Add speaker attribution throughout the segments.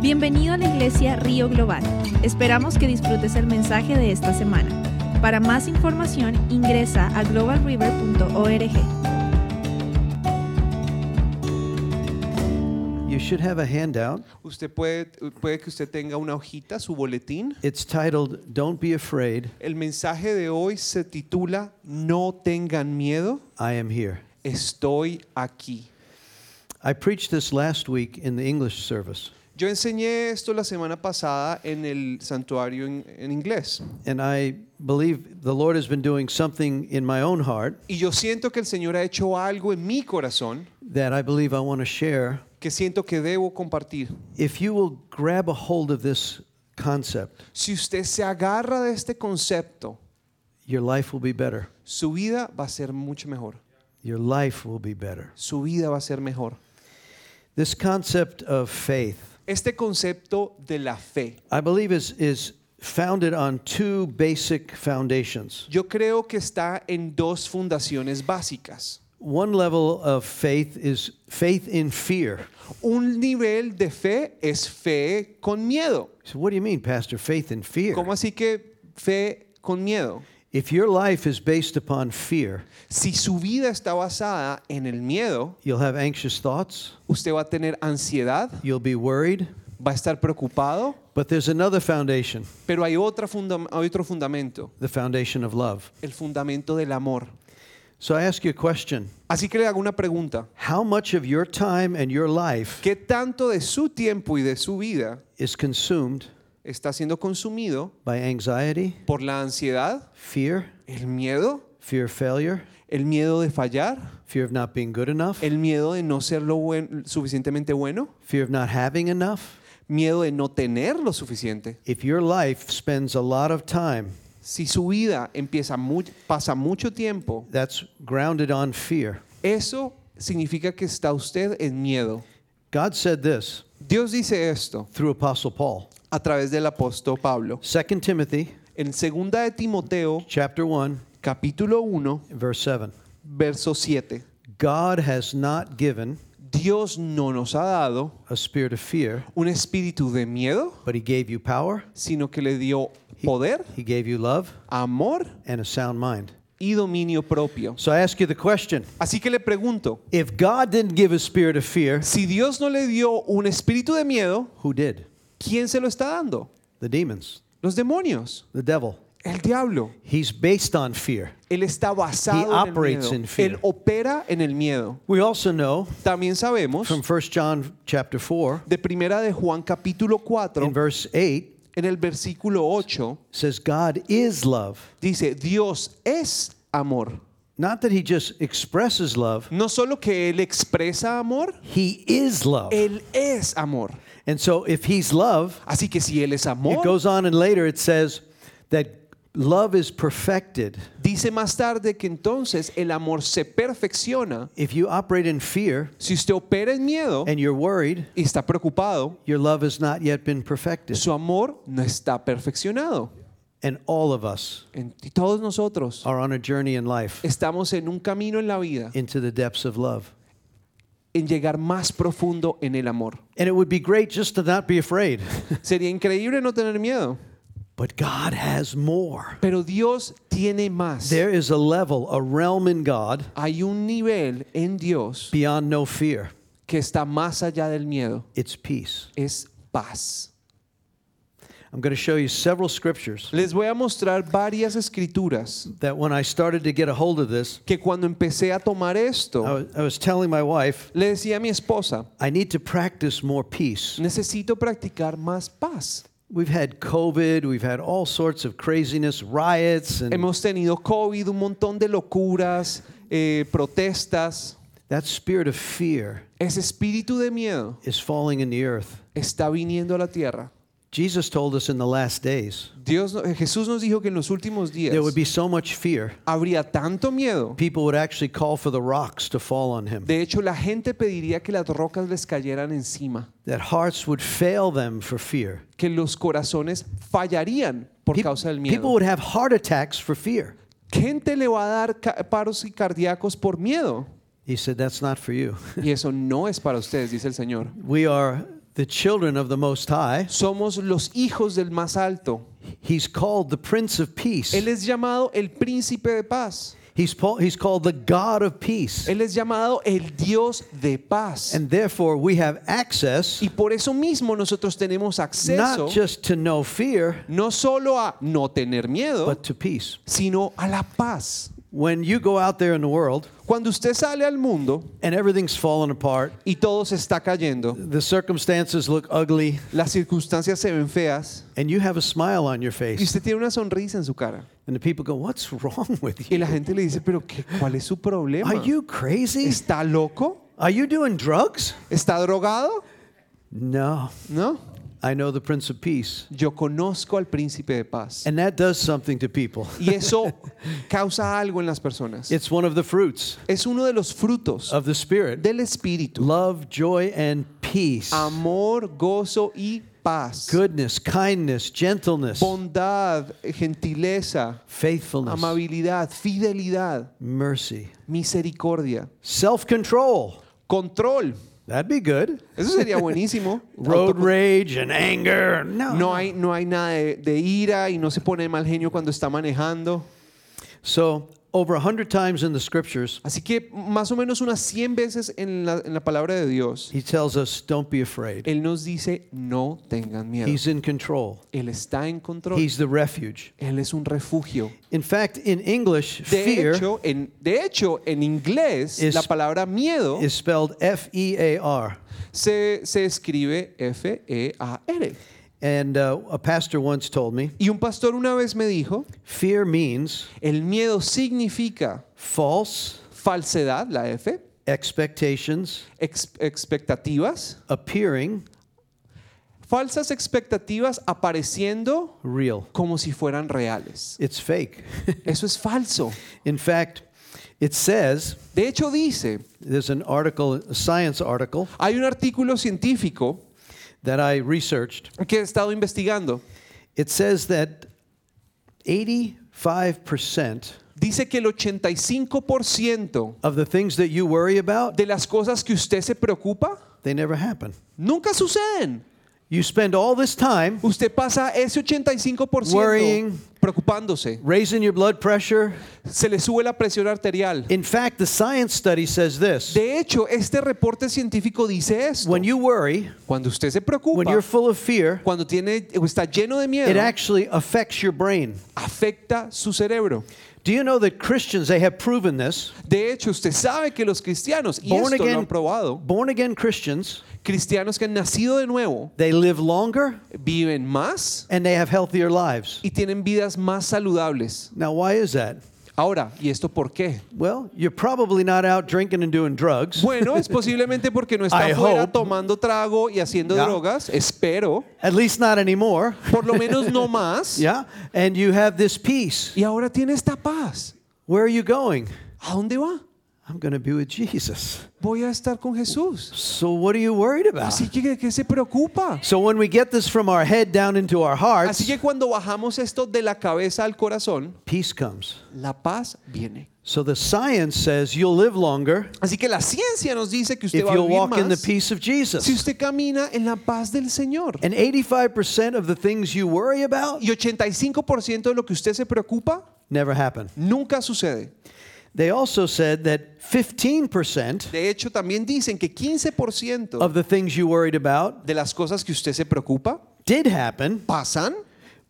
Speaker 1: Bienvenido a la Iglesia Río Global. Esperamos que disfrutes el mensaje de esta semana. Para más información ingresa a globalriver.org.
Speaker 2: You should have a handout.
Speaker 3: Usted puede, puede que usted tenga una hojita, su boletín.
Speaker 2: It's titled Don't Be Afraid,
Speaker 3: El mensaje de hoy se titula No tengan miedo,
Speaker 2: I Am Here.
Speaker 3: estoy aquí.
Speaker 2: I preached this last week in the English service,
Speaker 3: Yo enseñé esto la semana pasada en el santuario en, en inglés
Speaker 2: and I believe the Lord has been doing something in my own heart
Speaker 3: y yo siento que el Señor ha hecho algo en mi corazón
Speaker 2: that I believe I want to share.
Speaker 3: que siento que debo compartir.
Speaker 2: If you will grab a hold of this concept,
Speaker 3: Si usted se agarra de este concepto,
Speaker 2: your life will be better.
Speaker 3: su vida va a ser mucho mejor.
Speaker 2: Your life will be better.
Speaker 3: Su vida va a ser mejor.
Speaker 2: This concept of faith,
Speaker 3: Este concepto de la fe,
Speaker 2: I believe, is, is founded on two basic foundations.
Speaker 3: yo creo que está en dos fundaciones básicas.
Speaker 2: One level of faith is faith in fear.
Speaker 3: Un nivel de fe es fe con miedo.
Speaker 2: So what do you mean, Pastor? Faith and fear.
Speaker 3: ¿Cómo así que fe con miedo?
Speaker 2: If your life is based upon fear,
Speaker 3: Si su vida está basada en el miedo,
Speaker 2: you'll have anxious thoughts,
Speaker 3: usted va a tener ansiedad,
Speaker 2: you'll be worried.
Speaker 3: va a estar preocupado,
Speaker 2: But there's another foundation,
Speaker 3: pero hay, otra funda- hay otro fundamento,
Speaker 2: the foundation of love.
Speaker 3: el fundamento del amor.
Speaker 2: So I ask you a question:
Speaker 3: Así que le hago una pregunta.
Speaker 2: How much of your time and your life
Speaker 3: ¿Qué tanto de su tiempo y de su vida
Speaker 2: is consumed
Speaker 3: está siendo consumido
Speaker 2: by anxiety,
Speaker 3: por la ansiedad,
Speaker 2: fear,
Speaker 3: el miedo,
Speaker 2: fear of failure,
Speaker 3: el miedo de fallar,
Speaker 2: fear of not being good enough,
Speaker 3: el miedo de no ser lo buen- suficientemente bueno?
Speaker 2: fear of not having enough?
Speaker 3: miedo de no tener lo suficiente.
Speaker 2: If your life spends a lot of time
Speaker 3: Si su vida empieza mu- pasa mucho tiempo,
Speaker 2: that's grounded on fear,
Speaker 3: eso significa que está usted en miedo.
Speaker 2: God said this
Speaker 3: Dios dice esto
Speaker 2: through Apostle Paul.
Speaker 3: a través del apóstol Pablo.
Speaker 2: 2 Timothy
Speaker 3: En 2 de Timoteo,
Speaker 2: chapter 1
Speaker 3: capítulo 1,
Speaker 2: verse 7
Speaker 3: verso 7.
Speaker 2: god has not given
Speaker 3: Dios no nos ha dado
Speaker 2: a spirit of fear
Speaker 3: un espíritu de miedo,
Speaker 2: but he gave you power
Speaker 3: sino que le dio poder,
Speaker 2: he gave you love
Speaker 3: amor
Speaker 2: and a sound mind
Speaker 3: y dominio propio.
Speaker 2: so i ask you the question
Speaker 3: Así que le pregunto,
Speaker 2: if god didn't give a spirit of fear
Speaker 3: si Dios no le dio un espíritu de miedo,
Speaker 2: who did
Speaker 3: ¿quién se lo está dando?
Speaker 2: the demons
Speaker 3: Los demonios.
Speaker 2: the devil
Speaker 3: El diablo,
Speaker 2: he's based on fear
Speaker 3: él está basado
Speaker 2: He
Speaker 3: en el
Speaker 2: operates
Speaker 3: miedo.
Speaker 2: in fear.
Speaker 3: Él opera en el miedo.
Speaker 2: we also know
Speaker 3: También sabemos
Speaker 2: from 1 john chapter 4
Speaker 3: de primera de Juan capítulo 4,
Speaker 2: in verse 8
Speaker 3: en el versículo 8,
Speaker 2: says god is love
Speaker 3: dice, Dios es amor.
Speaker 2: not that he just expresses love
Speaker 3: No solo que él expresa amor,
Speaker 2: he is love
Speaker 3: él es amor.
Speaker 2: and so if he's love
Speaker 3: Así que si él es
Speaker 2: It
Speaker 3: amor,
Speaker 2: goes on and later it says that love is perfected.
Speaker 3: dice más tarde que entonces el amor se perfecciona.
Speaker 2: If you operate in fear
Speaker 3: Si usted opera en miedo
Speaker 2: and you're worried,
Speaker 3: y está preocupado,
Speaker 2: your love has not yet been perfected.
Speaker 3: su amor no está perfeccionado.
Speaker 2: And all of us
Speaker 3: En y todos nosotros
Speaker 2: are on a journey in life
Speaker 3: estamos en un camino en la vida
Speaker 2: into the depths of love.
Speaker 3: en llegar más profundo en el amor.
Speaker 2: And it would be great just to not be afraid.
Speaker 3: Sería increíble no tener miedo,
Speaker 2: but God has more.
Speaker 3: pero Dios tiene más.
Speaker 2: There is a level, a realm in God
Speaker 3: Hay un nivel en Dios
Speaker 2: beyond no fear.
Speaker 3: que está más allá del miedo,
Speaker 2: It's peace.
Speaker 3: es paz.
Speaker 2: I'm going to show you several scriptures
Speaker 3: Les voy a mostrar varias escrituras
Speaker 2: that when I started to get a hold of this,
Speaker 3: que cuando empecé a tomar
Speaker 2: I
Speaker 3: esto,
Speaker 2: was, I was telling my wife,
Speaker 3: le decía a mi esposa,
Speaker 2: I need to practice more peace.
Speaker 3: necesito practicar más paz.
Speaker 2: We've had COVID, we've had all sorts of craziness, riots, and
Speaker 3: Hemos tenido COVID, un montón de locuras, eh, protestas.
Speaker 2: that spirit of fear
Speaker 3: Ese espíritu de miedo
Speaker 2: is falling in the earth.
Speaker 3: está viniendo a la tierra.
Speaker 2: Jesus told us in the last days
Speaker 3: Dios, no- eh, Jesús nos dijo que en los últimos días
Speaker 2: there would be so much fear,
Speaker 3: habría tanto miedo.
Speaker 2: people would actually call for the rocks to fall on him,
Speaker 3: De hecho, la gente pediría que las rocas les cayeran encima,
Speaker 2: that hearts would fail them for fear.
Speaker 3: que los corazones fallarían por
Speaker 2: Pe-
Speaker 3: causa del
Speaker 2: people
Speaker 3: miedo.
Speaker 2: would have heart attacks for fear.
Speaker 3: Gente le va a dar ca- paros y cardíacos por miedo.
Speaker 2: He said, That's not for you.
Speaker 3: Y eso no es para ustedes, dice el Señor.
Speaker 2: We are the children of the Most High.
Speaker 3: Somos los hijos del más alto.
Speaker 2: He's called the Prince of Peace.
Speaker 3: Él es llamado el príncipe de paz.
Speaker 2: He's, pa- he's called the God of Peace.
Speaker 3: Él es llamado el Dios de paz.
Speaker 2: And therefore, we have access
Speaker 3: Y por eso mismo nosotros tenemos acceso
Speaker 2: not just to no fear,
Speaker 3: no solo a no tener miedo,
Speaker 2: but to peace.
Speaker 3: sino a la paz.
Speaker 2: When you go out there in the world
Speaker 3: Cuando usted sale al mundo
Speaker 2: and everything's fallen apart,
Speaker 3: y todo se está cayendo,
Speaker 2: the circumstances look ugly,
Speaker 3: las circunstancias se ven feas
Speaker 2: and you have a smile on your
Speaker 3: y
Speaker 2: face,
Speaker 3: usted tiene una sonrisa en su cara.
Speaker 2: and the people go, What's wrong with
Speaker 3: Y
Speaker 2: you?
Speaker 3: la gente le dice, pero qué, ¿cuál es su problema?
Speaker 2: Are you crazy?
Speaker 3: ¿Está loco?
Speaker 2: Are you doing drugs?
Speaker 3: ¿Está drogado?
Speaker 2: No.
Speaker 3: No.
Speaker 2: I know the Prince of Peace.
Speaker 3: Yo conozco al príncipe de paz.
Speaker 2: And that does something to people.
Speaker 3: Y eso causa algo en las personas.
Speaker 2: It's one of the fruits
Speaker 3: Es uno de los frutos
Speaker 2: of the Spirit
Speaker 3: del Espíritu.
Speaker 2: love, joy, and peace,
Speaker 3: Amor, gozo y paz.
Speaker 2: goodness, kindness, gentleness,
Speaker 3: Bondad, gentileza,
Speaker 2: faithfulness,
Speaker 3: amabilidad, fidelidad,
Speaker 2: mercy,
Speaker 3: misericordia,
Speaker 2: self control.
Speaker 3: control.
Speaker 2: That'd be good.
Speaker 3: Eso sería buenísimo.
Speaker 2: Road
Speaker 3: Autocon-
Speaker 2: rage and anger. No.
Speaker 3: No hay, no hay nada de, de ira y no se pone de mal genio cuando está manejando.
Speaker 2: So, over a hundred times in the scriptures,
Speaker 3: Así que más o menos unas 100 veces en la, en la palabra de Dios,
Speaker 2: he tells us, don't be afraid.
Speaker 3: Él nos dice, no tengan miedo.
Speaker 2: He's in control,
Speaker 3: Él está en control.
Speaker 2: He's the refuge.
Speaker 3: Él es un refugio.
Speaker 2: In fact, in English,
Speaker 3: De
Speaker 2: fear
Speaker 3: hecho, en, de hecho, en inglés,
Speaker 2: Es-
Speaker 3: la palabra miedo
Speaker 2: is spelled F E A R.
Speaker 3: se, se escribe E F-E-A-R.
Speaker 2: And uh, a pastor once told me,
Speaker 3: Y un pastor una vez me dijo,
Speaker 2: fear means
Speaker 3: el miedo significa
Speaker 2: false
Speaker 3: falsedad, la F,
Speaker 2: expectations
Speaker 3: ex- expectativas,
Speaker 2: appearing
Speaker 3: falsas expectativas apareciendo
Speaker 2: real.
Speaker 3: como si fueran reales.
Speaker 2: It's fake.
Speaker 3: Eso es falso.
Speaker 2: in fact, it says
Speaker 3: De hecho, dice,
Speaker 2: there's an article, a science article
Speaker 3: hay un artículo científico
Speaker 2: that I researched.
Speaker 3: que he estado investigando.
Speaker 2: It says that 85%
Speaker 3: Dice que el 85%
Speaker 2: of the things that you worry about,
Speaker 3: de las cosas que usted se preocupa
Speaker 2: they never happen.
Speaker 3: nunca suceden.
Speaker 2: You spend all this time
Speaker 3: Usted pasa ese 85%
Speaker 2: Worrying.
Speaker 3: preocupándose.
Speaker 2: raising your blood pressure.
Speaker 3: Se le sube la presión arterial.
Speaker 2: In fact, the science study says this
Speaker 3: De hecho, este reporte científico dice esto.
Speaker 2: when you worry,
Speaker 3: Cuando usted se
Speaker 2: when you're
Speaker 3: preocupa,
Speaker 2: full of fear,
Speaker 3: cuando tiene o está lleno de
Speaker 2: it
Speaker 3: miedo,
Speaker 2: actually affects your brain.
Speaker 3: afecta su cerebro.
Speaker 2: Do you know that Christians, they have proven this?
Speaker 3: De hecho, usted sabe que los cristianos, y esto lo han probado,
Speaker 2: born again Christians,
Speaker 3: cristianos que han nacido de nuevo,
Speaker 2: they live longer
Speaker 3: viven más
Speaker 2: and they have healthier lives.
Speaker 3: y tienen vidas más saludables.
Speaker 2: Now, why is that?
Speaker 3: Ahora, ¿y esto por qué?
Speaker 2: Well, you're probably not out drinking and doing drugs.
Speaker 3: Bueno, es posiblemente porque no está
Speaker 2: I
Speaker 3: afuera
Speaker 2: hope.
Speaker 3: tomando trago y haciendo
Speaker 2: Yeah.
Speaker 3: drogas, espero,
Speaker 2: At least not anymore.
Speaker 3: por lo menos no más.
Speaker 2: Yeah? And you have this peace.
Speaker 3: Y ahora tiene esta paz.
Speaker 2: Where are you going?
Speaker 3: ¿A dónde va?
Speaker 2: I'm going to be with Jesus.
Speaker 3: Voy a estar con Jesús.
Speaker 2: So, what are you worried about?
Speaker 3: Así que, ¿de qué se preocupa?
Speaker 2: So, when we get this from our head down into our hearts,
Speaker 3: Así que cuando bajamos esto de la cabeza al corazón,
Speaker 2: peace comes.
Speaker 3: la paz viene.
Speaker 2: So, the science says you'll live longer
Speaker 3: Así que la ciencia nos dice que usted
Speaker 2: if
Speaker 3: va a
Speaker 2: you'll
Speaker 3: vivir
Speaker 2: walk in the
Speaker 3: más
Speaker 2: peace of
Speaker 3: si
Speaker 2: Jesus.
Speaker 3: usted camina en la paz del Señor.
Speaker 2: And 85% of the things you worry about
Speaker 3: Y 85% de lo que usted se preocupa
Speaker 2: never happen.
Speaker 3: nunca sucede.
Speaker 2: They also said that 15%
Speaker 3: De hecho, también dicen que 15%
Speaker 2: of the things you worried about
Speaker 3: de las cosas que usted se preocupa
Speaker 2: did happen,
Speaker 3: pasan,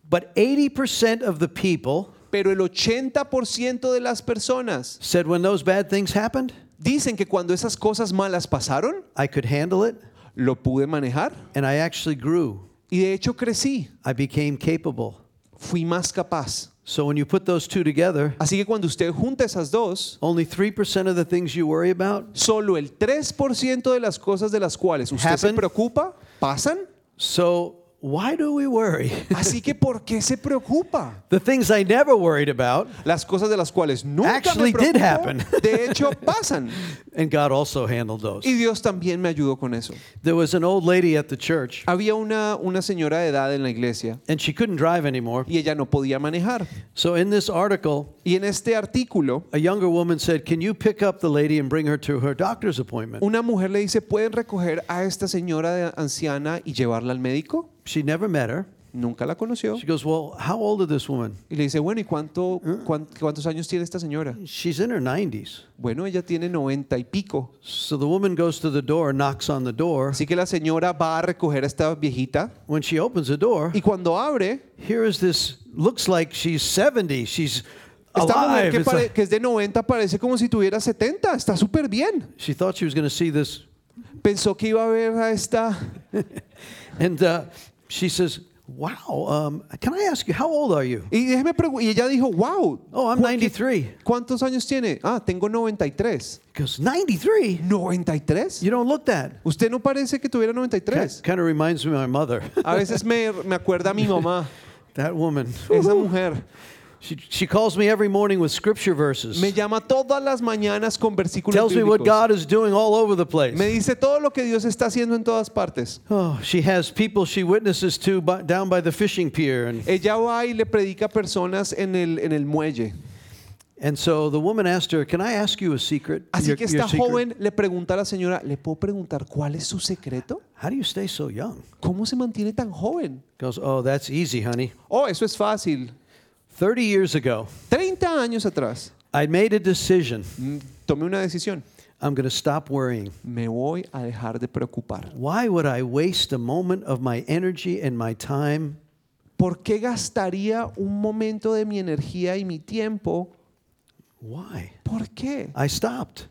Speaker 2: but 80% of the people
Speaker 3: pero el 80% de las personas
Speaker 2: said when those bad things happened,
Speaker 3: dicen que cuando esas cosas malas pasaron,
Speaker 2: I could handle it
Speaker 3: lo pude manejar
Speaker 2: and I actually grew.
Speaker 3: y de hecho crecí,
Speaker 2: I became capable.
Speaker 3: fui más capaz.
Speaker 2: So when you put those two together,
Speaker 3: Así que cuando usted junta esas dos,
Speaker 2: only 3% of the things you worry about
Speaker 3: solo el 3% de las cosas de las cuales usted se
Speaker 2: Happen.
Speaker 3: preocupa pasan.
Speaker 2: So why do we worry?
Speaker 3: Así que, ¿por qué se preocupa?
Speaker 2: The things I never worried about,
Speaker 3: Las cosas de las cuales nunca
Speaker 2: Actually
Speaker 3: me
Speaker 2: did
Speaker 3: preocupo,
Speaker 2: happen.
Speaker 3: de hecho pasan.
Speaker 2: and God also handled those.
Speaker 3: Y Dios también me ayudó con eso.
Speaker 2: There was an old lady at the church,
Speaker 3: Había una, una señora de edad en la iglesia
Speaker 2: and she couldn't drive anymore.
Speaker 3: y ella no podía manejar.
Speaker 2: So in this article,
Speaker 3: Y en este artículo,
Speaker 2: a younger woman said, Can you pick up the lady and bring her to her doctor's appointment?
Speaker 3: una mujer le dice, ¿pueden recoger a esta señora de- anciana y llevarla al médico?
Speaker 2: She never met her.
Speaker 3: Nunca la conoció.
Speaker 2: She goes, Well, how old is this woman?
Speaker 3: Y le dice, bueno, ¿y cuánto,
Speaker 2: Ah.
Speaker 3: cuán- cuántos años tiene esta señora?
Speaker 2: She's in her 90s.
Speaker 3: Bueno, ella tiene 90 y pico.
Speaker 2: So the woman goes to the door, knocks on the door.
Speaker 3: Así que la señora va a recoger a esta viejita
Speaker 2: When she opens the door,
Speaker 3: y cuando abre,
Speaker 2: here is this, looks like she's 70. She's Ah,
Speaker 3: esta mujer
Speaker 2: alive.
Speaker 3: que,
Speaker 2: It's
Speaker 3: pare-
Speaker 2: like-
Speaker 3: que es de 90 parece como si tuviera 70, está súper bien.
Speaker 2: she thought she was going to see this.
Speaker 3: Pensó que iba a ver a esta...
Speaker 2: And uh, she says, Wow, um, can I ask you, how old are you?
Speaker 3: Y, déjeme pregun- y ella dijo, wow,
Speaker 2: Oh, I'm 93.
Speaker 3: ¿cuántos años tiene? Ah, tengo 93.
Speaker 2: Because 93?
Speaker 3: ¿93?
Speaker 2: You don't look that.
Speaker 3: Usted no parece que tuviera 93.
Speaker 2: Kind of reminds me of my mother.
Speaker 3: A veces me, me acuerda a mi mamá,
Speaker 2: that woman.
Speaker 3: esa mujer.
Speaker 2: She, she calls me every morning with scripture verses.
Speaker 3: Me llama todas las mañanas con versículos
Speaker 2: Tells me what
Speaker 3: bíblicos.
Speaker 2: God is doing all over the place.
Speaker 3: Me dice todo lo que Dios está haciendo en todas partes.
Speaker 2: Oh, she has people she witnesses to by, down by the fishing pier. And,
Speaker 3: Ella va y le predica a personas en el, en el muelle.
Speaker 2: and so the woman asked her, Can I ask you a secret?
Speaker 3: Así
Speaker 2: Your-
Speaker 3: que
Speaker 2: your
Speaker 3: esta
Speaker 2: secret?"
Speaker 3: joven le pregunta a la señora, ¿le puedo preguntar cuál es su secreto?
Speaker 2: How do you stay so young?
Speaker 3: ¿Cómo se mantiene tan joven?
Speaker 2: Goes, Oh, that's easy, honey.
Speaker 3: Oh, eso es fácil.
Speaker 2: 30 years ago,
Speaker 3: 30 años atrás
Speaker 2: I made a decision.
Speaker 3: mm, tomé una decisión.
Speaker 2: I'm going to stop worrying.
Speaker 3: Me voy a dejar de preocupar.
Speaker 2: Why would I waste a moment of my energy and my time
Speaker 3: ¿Por qué gastaría un momento de mi energía y mi tiempo?
Speaker 2: Why?
Speaker 3: ¿Por qué?
Speaker 2: I stopped.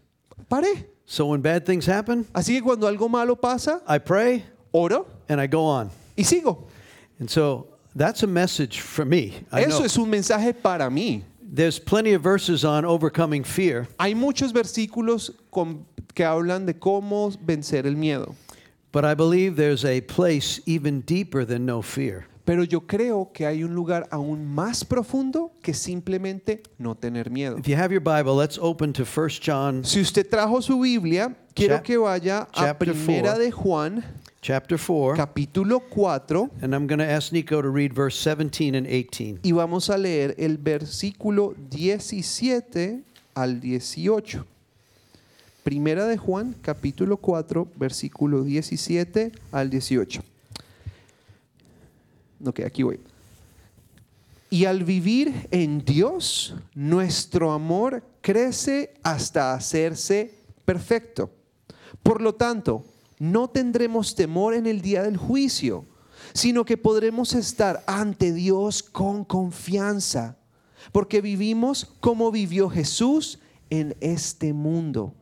Speaker 3: Paré.
Speaker 2: So when bad things happen,
Speaker 3: Así que cuando algo malo pasa,
Speaker 2: I pray
Speaker 3: oro
Speaker 2: and I go on.
Speaker 3: y sigo.
Speaker 2: And so that's a message for me. I
Speaker 3: Eso
Speaker 2: know.
Speaker 3: es un mensaje para mí.
Speaker 2: There's plenty of verses on overcoming fear,
Speaker 3: Hay muchos versículos con- que hablan de cómo vencer el miedo,
Speaker 2: but I believe there's a place even deeper than no fear.
Speaker 3: pero yo creo que hay un lugar aún más profundo que simplemente no tener miedo.
Speaker 2: If you have your Bible, let's open to 1 John
Speaker 3: Si usted trajo su Biblia, quiero
Speaker 2: Chap-
Speaker 3: que vaya a
Speaker 2: chapter four.
Speaker 3: Primera de Juan,
Speaker 2: chapter 4,
Speaker 3: capítulo 4,
Speaker 2: and I'm going to ask Nico to read verse 17 and 18.
Speaker 3: y vamos a leer el versículo 17 al 18. Primera de Juan, capítulo 4, versículo 17 al 18. Ok, aquí voy. Y al vivir en Dios, nuestro amor crece hasta hacerse perfecto. Por lo tanto, no tendremos temor en el día del juicio, sino que podremos estar ante Dios con confianza, porque vivimos como vivió Jesús en este mundo.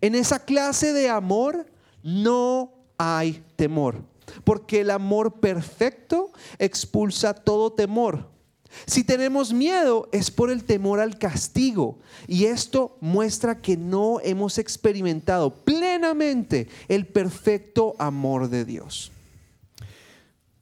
Speaker 3: En esa clase de amor no hay temor, porque el amor perfecto expulsa todo temor. Si tenemos miedo es por el temor al castigo y esto muestra que no hemos experimentado plenamente el perfecto amor de Dios.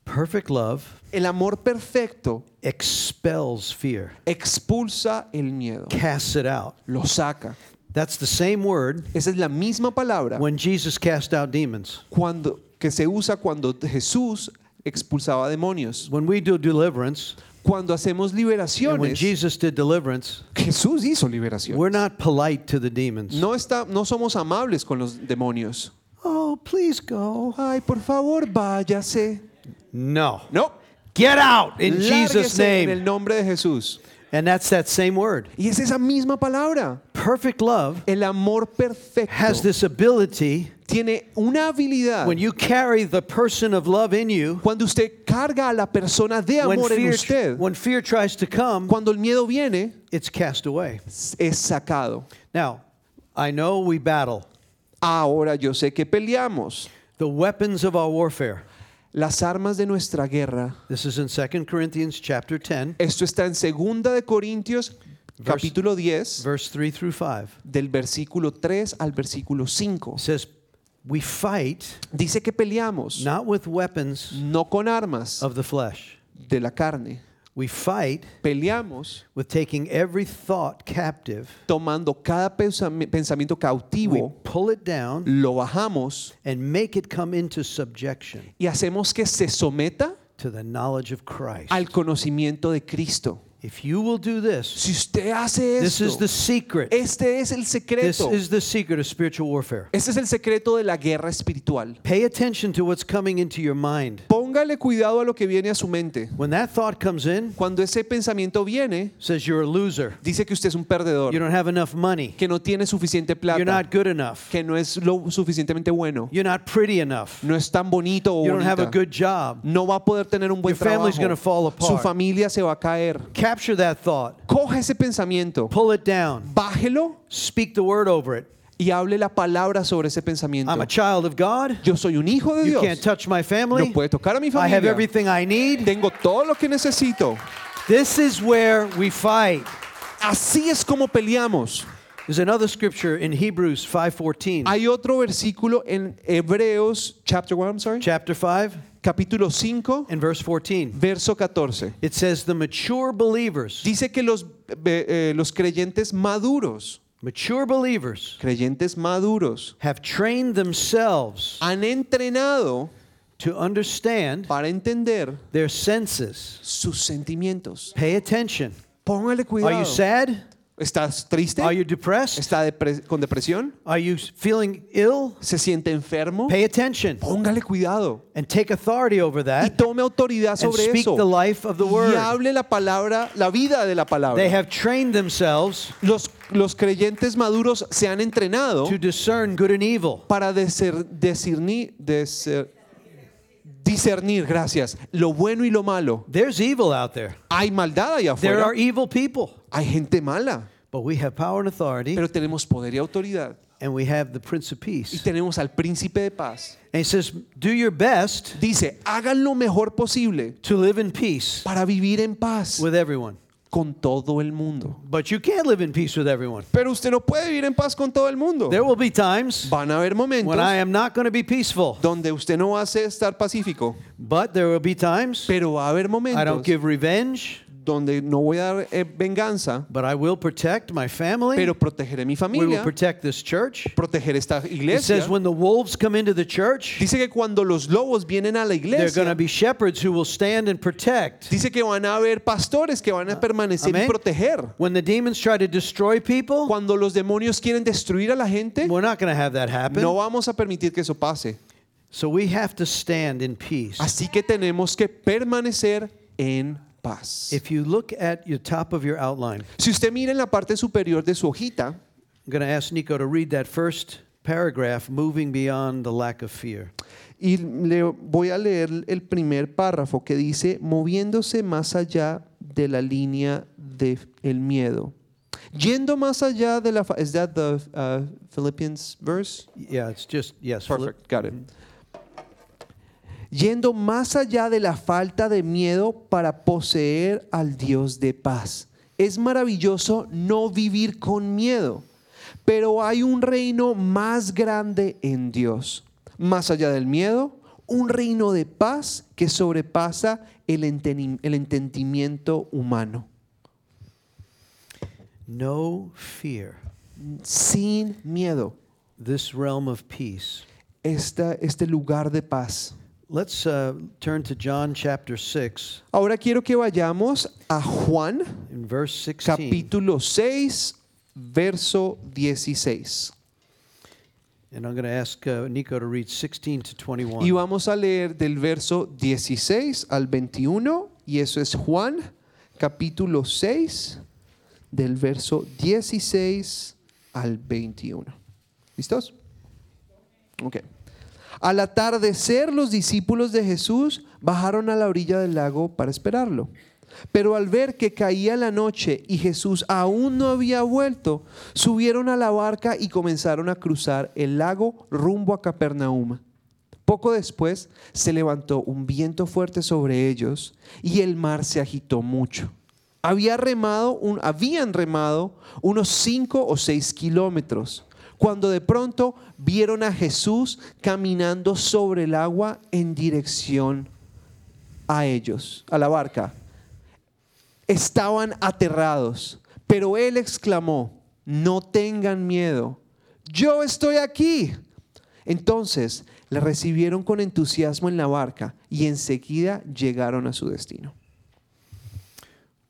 Speaker 2: Perfect love
Speaker 3: El amor perfecto
Speaker 2: expels fear,
Speaker 3: expulsa el miedo,
Speaker 2: casts it out.
Speaker 3: lo saca.
Speaker 2: That's the same word
Speaker 3: Esa es la misma palabra
Speaker 2: when Jesus cast out demons.
Speaker 3: cuando, que se usa cuando Jesús expulsaba demonios.
Speaker 2: When we do deliverance,
Speaker 3: Cuando hacemos
Speaker 2: and when
Speaker 3: liberaciones,
Speaker 2: Jesus did deliverance,
Speaker 3: Jesús hizo liberación.
Speaker 2: we're not polite to the demons.
Speaker 3: No, está, no somos amables con los demonios.
Speaker 2: Oh, please go.
Speaker 3: Ay, por favor, váyase.
Speaker 2: No.
Speaker 3: No.
Speaker 2: Get out in
Speaker 3: Lárguese
Speaker 2: Jesus'
Speaker 3: En el
Speaker 2: name.
Speaker 3: nombre de Jesús.
Speaker 2: And that's that same word.
Speaker 3: Y es esa misma palabra.
Speaker 2: Perfect love
Speaker 3: El amor perfecto
Speaker 2: has this ability
Speaker 3: tiene una habilidad.
Speaker 2: when you carry the person of love in you,
Speaker 3: Cuando usted carga a la persona de
Speaker 2: when
Speaker 3: amor en
Speaker 2: fear,
Speaker 3: usted,
Speaker 2: when fear tries to come,
Speaker 3: cuando el miedo viene,
Speaker 2: it's cast away.
Speaker 3: es sacado.
Speaker 2: Now, I know we battle
Speaker 3: Ahora yo sé que peleamos.
Speaker 2: the weapons of our warfare.
Speaker 3: Las armas de nuestra guerra
Speaker 2: This is in 2 Corinthians chapter 10,
Speaker 3: Esto está en 2 de Corintios capítulo 10
Speaker 2: verse 3 through 5.
Speaker 3: del versículo 3 al versículo 5.
Speaker 2: It says, We fight
Speaker 3: Dice que peleamos
Speaker 2: not with weapons
Speaker 3: no con armas
Speaker 2: of the flesh.
Speaker 3: de la carne.
Speaker 2: We fight
Speaker 3: Peleamos
Speaker 2: with taking every thought captive.
Speaker 3: tomando cada pensami- pensamiento
Speaker 2: We
Speaker 3: cautivo,
Speaker 2: pull it down
Speaker 3: lo bajamos
Speaker 2: and make it come into subjection
Speaker 3: y hacemos que se someta
Speaker 2: to the knowledge of Christ.
Speaker 3: al conocimiento de Cristo.
Speaker 2: If you will do this,
Speaker 3: Si usted hace
Speaker 2: this is
Speaker 3: esto,
Speaker 2: the secret.
Speaker 3: este es el
Speaker 2: This
Speaker 3: secreto.
Speaker 2: is the secret of spiritual warfare.
Speaker 3: Este es el secreto de la guerra espiritual.
Speaker 2: Pay attention to what's coming into your mind.
Speaker 3: Póngale cuidado a lo que viene a su mente.
Speaker 2: When that thought comes in,
Speaker 3: Cuando ese pensamiento viene,
Speaker 2: says you're a loser,
Speaker 3: dice que usted es un
Speaker 2: you
Speaker 3: perdedor,
Speaker 2: don't have enough money,
Speaker 3: que no tiene suficiente
Speaker 2: you're
Speaker 3: plata,
Speaker 2: not good enough,
Speaker 3: que no es lo suficientemente bueno,
Speaker 2: you're not pretty enough,
Speaker 3: no es tan bonito o
Speaker 2: you don't have a
Speaker 3: bonita,
Speaker 2: good job.
Speaker 3: no va a poder tener un buen
Speaker 2: Your family's gonna fall
Speaker 3: trabajo,
Speaker 2: apart.
Speaker 3: su familia se va a caer.
Speaker 2: Capture that thought,
Speaker 3: Coge ese pensamiento,
Speaker 2: pull it down,
Speaker 3: bájelo
Speaker 2: speak the word over it.
Speaker 3: y hable la palabra sobre ese pensamiento.
Speaker 2: I'm a child of God.
Speaker 3: Yo soy un hijo de
Speaker 2: You
Speaker 3: Dios.
Speaker 2: can't touch my family.
Speaker 3: No puede tocar a mi
Speaker 2: I have
Speaker 3: familia.
Speaker 2: everything I need.
Speaker 3: Tengo todo lo que necesito.
Speaker 2: This is where we fight.
Speaker 3: Así es como peleamos.
Speaker 2: There's another scripture in Hebrews 5:14.
Speaker 3: Hay otro versículo en Hebreos chapter one, I'm sorry,
Speaker 2: Chapter 5
Speaker 3: capítulo 5,
Speaker 2: and verse 14.
Speaker 3: verso 14.
Speaker 2: It says the mature believers,
Speaker 3: Dice que los, eh, eh, los creyentes maduros,
Speaker 2: mature believers
Speaker 3: creyentes maduros,
Speaker 2: have trained themselves
Speaker 3: han entrenado
Speaker 2: to understand
Speaker 3: para entender
Speaker 2: their senses.
Speaker 3: sus sentimientos.
Speaker 2: Pay attention.
Speaker 3: Póngale
Speaker 2: Are
Speaker 3: cuidado.
Speaker 2: you sad?
Speaker 3: ¿Estás triste?
Speaker 2: Are you depressed?
Speaker 3: ¿Está depre- con depresión?
Speaker 2: Are you feeling ill?
Speaker 3: ¿Se siente enfermo?
Speaker 2: Pay attention
Speaker 3: Póngale cuidado.
Speaker 2: and take authority over
Speaker 3: Y
Speaker 2: that.
Speaker 3: tome autoridad
Speaker 2: And
Speaker 3: sobre
Speaker 2: speak
Speaker 3: eso.
Speaker 2: the life of the
Speaker 3: Y
Speaker 2: word.
Speaker 3: hable la palabra, la vida de la
Speaker 2: They
Speaker 3: palabra.
Speaker 2: have trained themselves
Speaker 3: Los, los creyentes maduros se han entrenado
Speaker 2: to discern good and evil.
Speaker 3: para deser- discernir, deser- discernir, gracias, lo bueno y lo malo.
Speaker 2: There's evil out there.
Speaker 3: Hay maldad allá
Speaker 2: There
Speaker 3: afuera.
Speaker 2: are evil people.
Speaker 3: Hay gente mala,
Speaker 2: But we have power and authority,
Speaker 3: pero tenemos poder y autoridad.
Speaker 2: and we have the Prince of
Speaker 3: Y
Speaker 2: Peace.
Speaker 3: tenemos al príncipe de paz.
Speaker 2: And he says, Do your best
Speaker 3: Dice, hagan lo mejor posible
Speaker 2: to live in peace
Speaker 3: para vivir en paz
Speaker 2: with everyone.
Speaker 3: con todo el mundo.
Speaker 2: But you can't live in peace with everyone.
Speaker 3: Pero usted no puede vivir en paz con todo el mundo.
Speaker 2: There will be times
Speaker 3: Van a haber
Speaker 2: when I
Speaker 3: momentos
Speaker 2: am not going to be peaceful,
Speaker 3: donde usted no va a ser- estar pacífico,
Speaker 2: but there will be times
Speaker 3: pero va a haber
Speaker 2: I don't
Speaker 3: momentos
Speaker 2: give revenge,
Speaker 3: donde no voy a dar eh, venganza,
Speaker 2: but I will protect my family.
Speaker 3: pero protegeré mi
Speaker 2: We will
Speaker 3: familia,
Speaker 2: protect this church.
Speaker 3: proteger esta
Speaker 2: It
Speaker 3: iglesia.
Speaker 2: says, When the wolves come into the church,
Speaker 3: Dice que cuando los lobos vienen a la
Speaker 2: there are going to
Speaker 3: iglesia,
Speaker 2: be shepherds who will stand and protect.
Speaker 3: dice que van a haber pastores que van a permanecer y
Speaker 2: Ah, Amén.
Speaker 3: proteger.
Speaker 2: When the demons try to destroy people,
Speaker 3: Cuando los demonios quieren destruir a la gente,
Speaker 2: we're not going to have that happen.
Speaker 3: no vamos a permitir que eso pase.
Speaker 2: So we have to stand in peace.
Speaker 3: Así que tenemos que permanecer en paz.
Speaker 2: If you look at your top of your outline,
Speaker 3: Si usted mira en la parte superior de su hojita,
Speaker 2: I'm going to ask Nico to read that first paragraph, moving beyond the lack of fear.
Speaker 3: Y le voy a leer el primer párrafo que dice, moviéndose más allá de la línea del miedo. Yendo más allá de la... fa- Is that the uh, Philippians verse?
Speaker 2: Yeah, it's just yes. Philip-
Speaker 3: Perfect, got it. Yendo más allá de la falta de miedo para poseer al Dios de paz. Es maravilloso no vivir con miedo, pero hay un reino más grande en Dios. Más allá del miedo, un reino de paz que sobrepasa el, enteni- el entendimiento humano.
Speaker 2: No fear.
Speaker 3: Sin miedo,
Speaker 2: This realm of peace.
Speaker 3: esta- este lugar de paz.
Speaker 2: Let's uh, turn to John chapter six,
Speaker 3: Ahora quiero que vayamos a Juan
Speaker 2: in verse sixteen,
Speaker 3: capítulo 6, verso 16.
Speaker 2: and I'm going to ask uh, Nico to read sixteen to twenty-one.
Speaker 3: Y vamos a leer del verso 16 al 21, y eso es Juan, capítulo 6, del verso 16 al 21. ¿Listos? Ok. Al atardecer, los discípulos de Jesús bajaron a la orilla del lago para esperarlo. Pero al ver que caía la noche y Jesús aún no había vuelto, subieron a la barca y comenzaron a cruzar el lago rumbo a Capernaum. Poco después se levantó un viento fuerte sobre ellos y el mar se agitó mucho. Había remado un- habían remado unos cinco o seis kilómetros cuando de pronto vieron a Jesús caminando sobre el agua en dirección a ellos, a la barca. Estaban aterrados, pero él exclamó, no tengan miedo, yo estoy aquí. Entonces le recibieron con entusiasmo en la barca y enseguida llegaron a su destino.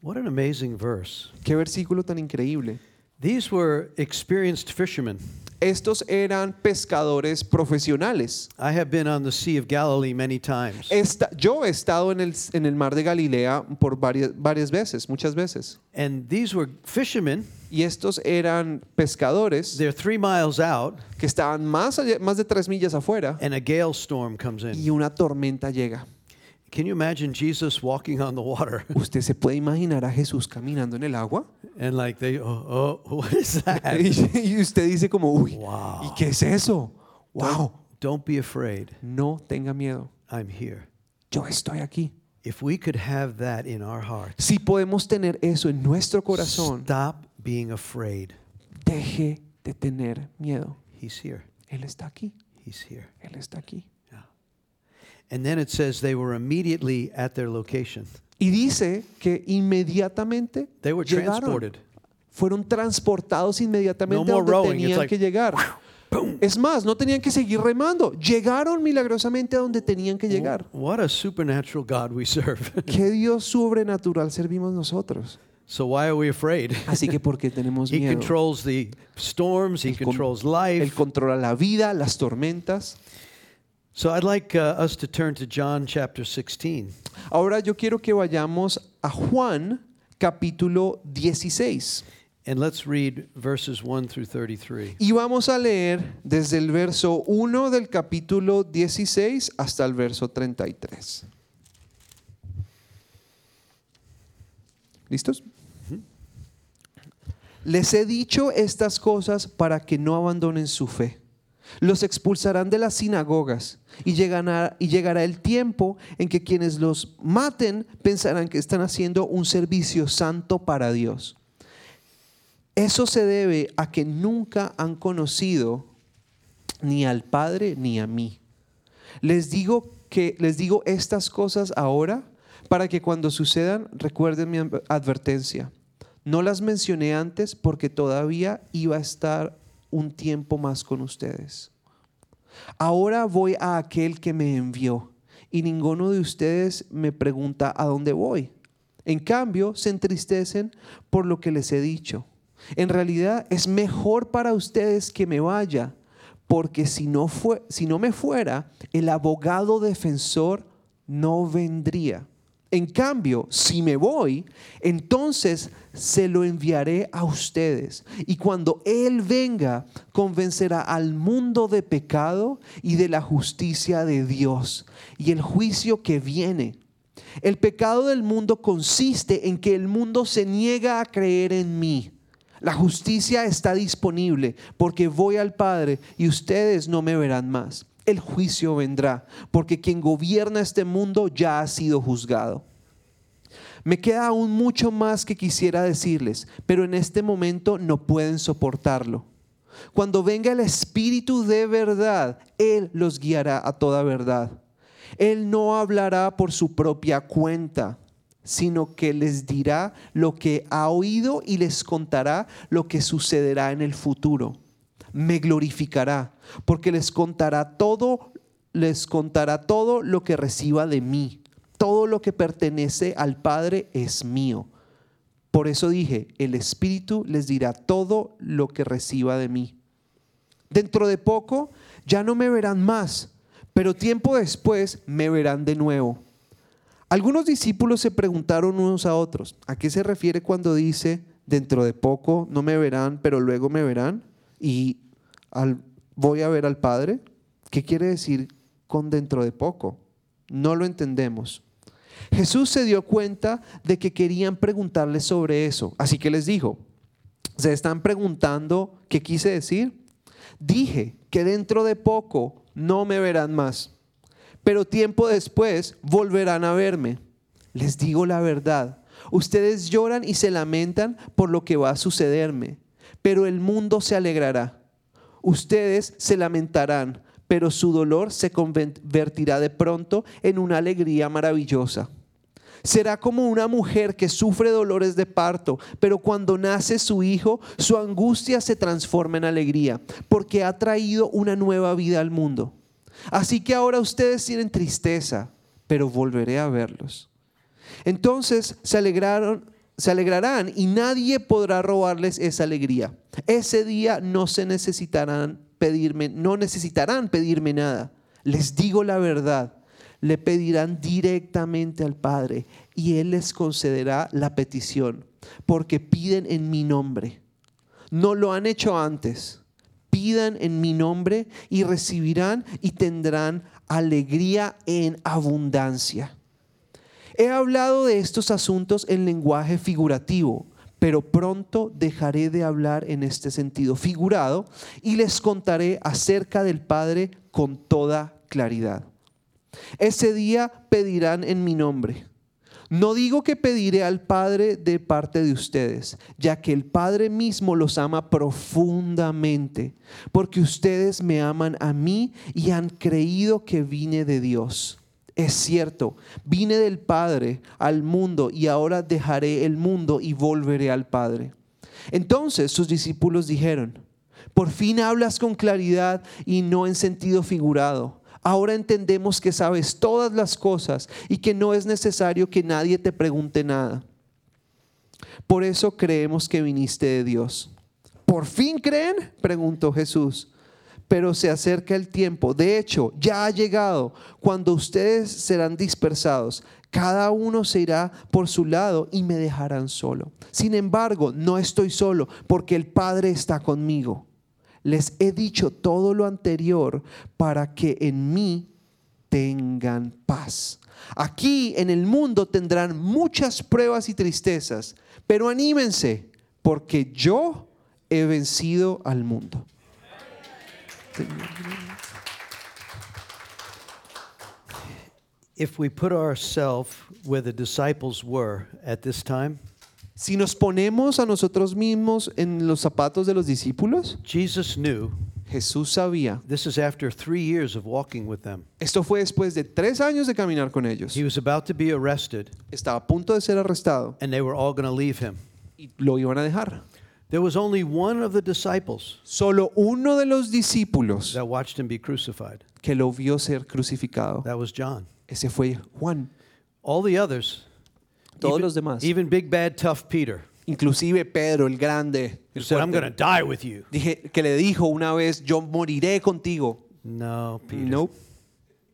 Speaker 2: What an amazing verse.
Speaker 3: Qué versículo tan increíble.
Speaker 2: These were experienced fishermen.
Speaker 3: Estos eran pescadores profesionales.
Speaker 2: I have been on the Sea of Galilee many times.
Speaker 3: Esta- yo he estado en el, en el mar de Galilea por varias, varias veces, muchas veces.
Speaker 2: And these were fishermen.
Speaker 3: Y estos eran pescadores
Speaker 2: They're three miles out,
Speaker 3: que estaban más, allá- más de tres millas afuera
Speaker 2: and a gale storm comes in.
Speaker 3: y una tormenta llega.
Speaker 2: Can you imagine Jesus walking on the water?
Speaker 3: ¿Usted se puede imaginar a Jesús caminando en el agua?
Speaker 2: And like they, oh, oh what is that?
Speaker 3: Y, y usted dice como, uy,
Speaker 2: Wow.
Speaker 3: ¿y qué es eso? ¡Wow!
Speaker 2: Don't be afraid.
Speaker 3: No tenga miedo,
Speaker 2: I'm here.
Speaker 3: yo estoy aquí.
Speaker 2: If we could have that in our hearts,
Speaker 3: Si podemos tener eso en nuestro corazón,
Speaker 2: stop being afraid.
Speaker 3: deje de tener miedo.
Speaker 2: He's here.
Speaker 3: Él está aquí,
Speaker 2: He's here.
Speaker 3: Él está aquí.
Speaker 2: And then it says they were immediately at their location.
Speaker 3: Y dice que inmediatamente
Speaker 2: They were
Speaker 3: llegaron.
Speaker 2: transported.
Speaker 3: Fueron transportados inmediatamente
Speaker 2: No
Speaker 3: a
Speaker 2: more
Speaker 3: donde
Speaker 2: rowing. It's
Speaker 3: tenían
Speaker 2: like,
Speaker 3: que llegar. Es más, no tenían que seguir remando. Llegaron milagrosamente a donde tenían que llegar.
Speaker 2: What a supernatural God we serve.
Speaker 3: ¿Qué Dios sobrenatural servimos nosotros?
Speaker 2: so why are we afraid?
Speaker 3: Así que porque tenemos
Speaker 2: He
Speaker 3: miedo.
Speaker 2: controls the storms, he
Speaker 3: Él con-
Speaker 2: controls
Speaker 3: Él
Speaker 2: life.
Speaker 3: controla la vida, las tormentas.
Speaker 2: So I'd like uh, us to turn to John chapter 16.
Speaker 3: Ahora yo quiero que vayamos a Juan capítulo 16
Speaker 2: And let's read verses 1 through 33.
Speaker 3: y vamos a leer desde el verso 1 del capítulo 16 hasta el verso 33. ¿Listos? Les he dicho estas cosas para que no abandonen su fe. Los expulsarán de las sinagogas y, llegan a- y llegará el tiempo en que quienes los maten pensarán que están haciendo un servicio santo para Dios. Eso se debe a que nunca han conocido ni al Padre ni a mí. Les digo que les digo estas cosas ahora para que cuando sucedan recuerden mi adver- advertencia. No las mencioné antes porque todavía iba a estar un tiempo más con ustedes. Ahora voy a aquel que me envió y ninguno de ustedes me pregunta a dónde voy. En cambio, se entristecen por lo que les he dicho. En realidad es mejor para ustedes que me vaya, porque si no, fue, si no me fuera, el abogado defensor no vendría. En cambio, si me voy, entonces se lo enviaré a ustedes. Y cuando Él venga, convencerá al mundo de pecado y de la justicia de Dios y el juicio que viene. El pecado del mundo consiste en que el mundo se niega a creer en mí. La justicia está disponible porque voy al Padre y ustedes no me verán más. El juicio vendrá porque quien gobierna este mundo ya ha sido juzgado. Me queda aún mucho más que quisiera decirles, pero en este momento no pueden soportarlo. Cuando venga el Espíritu de verdad, Él los guiará a toda verdad. Él no hablará por su propia cuenta, sino que les dirá lo que ha oído y les contará lo que sucederá en el futuro. Me glorificará, porque les contará todo, les contará todo lo que reciba de mí. Todo lo que pertenece al Padre es mío. Por eso dije, el Espíritu les dirá todo lo que reciba de mí. Dentro de poco ya no me verán más, pero tiempo después me verán de nuevo. Algunos discípulos se preguntaron unos a otros, ¿a qué se refiere cuando dice, dentro de poco no me verán, pero luego me verán? Y al- voy a ver al Padre. ¿Qué quiere decir con dentro de poco? No lo entendemos. Jesús se dio cuenta de que querían preguntarle sobre eso, así que les dijo, ¿se están preguntando qué quise decir? Dije que dentro de poco no me verán más, pero tiempo después volverán a verme. Les digo la verdad, ustedes lloran y se lamentan por lo que va a sucederme, pero el mundo se alegrará. Ustedes se lamentarán, pero su dolor se convertirá de pronto en una alegría maravillosa. Será como una mujer que sufre dolores de parto, pero cuando nace su hijo, su angustia se transforma en alegría, porque ha traído una nueva vida al mundo. Así que ahora ustedes tienen tristeza, pero volveré a verlos. Entonces se alegraron, se alegrarán y nadie podrá robarles esa alegría. Ese día no se necesitarán pedirme, no necesitarán pedirme nada. Les digo la verdad, le pedirán directamente al Padre y él les concederá la petición, porque piden en mi nombre. No lo han hecho antes. Pidan en mi nombre y recibirán y tendrán alegría en abundancia. He hablado de estos asuntos en lenguaje figurativo, pero pronto dejaré de hablar en este sentido figurado y les contaré acerca del Padre con toda claridad. Ese día pedirán en mi nombre. No digo que pediré al Padre de parte de ustedes, ya que el Padre mismo los ama profundamente, porque ustedes me aman a mí y han creído que vine de Dios. Es cierto, vine del Padre al mundo y ahora dejaré el mundo y volveré al Padre. Entonces sus discípulos dijeron, por fin hablas con claridad y no en sentido figurado. Ahora entendemos que sabes todas las cosas y que no es necesario que nadie te pregunte nada. Por eso creemos que viniste de Dios. ¿Por fin creen? preguntó Jesús pero se acerca el tiempo. De hecho, ya ha llegado cuando ustedes serán dispersados. Cada uno se irá por su lado y me dejarán solo. Sin embargo, no estoy solo porque el Padre está conmigo. Les he dicho todo lo anterior para que en mí tengan paz. Aquí en el mundo tendrán muchas pruebas y tristezas, pero anímense porque yo he vencido al mundo.
Speaker 2: If we put ourselves where the disciples were at this time,
Speaker 3: Si nos ponemos a nosotros mismos en los zapatos de los discípulos,
Speaker 2: Jesus knew
Speaker 3: Jesús sabía.
Speaker 2: this is after three years of walking with them.
Speaker 3: Esto fue después de tres años de caminar con ellos.
Speaker 2: He was about to be arrested,
Speaker 3: Estaba a punto de ser arrestado
Speaker 2: and they were all going to leave him.
Speaker 3: y lo iban a dejar.
Speaker 2: There was only one of the disciples
Speaker 3: Solo uno de los discípulos
Speaker 2: that watched him be crucified.
Speaker 3: que lo vio ser crucificado,
Speaker 2: That was John.
Speaker 3: ese fue Juan.
Speaker 2: All the others,
Speaker 3: Todos
Speaker 2: even,
Speaker 3: los demás.
Speaker 2: even big bad tough Peter,
Speaker 3: Inclusive Pedro el grande,
Speaker 2: who
Speaker 3: el
Speaker 2: said, "I'm going
Speaker 3: fuerte,
Speaker 2: to die with you."
Speaker 3: dije- que le dijo una vez, yo moriré contigo.
Speaker 2: No, Peter,
Speaker 3: No,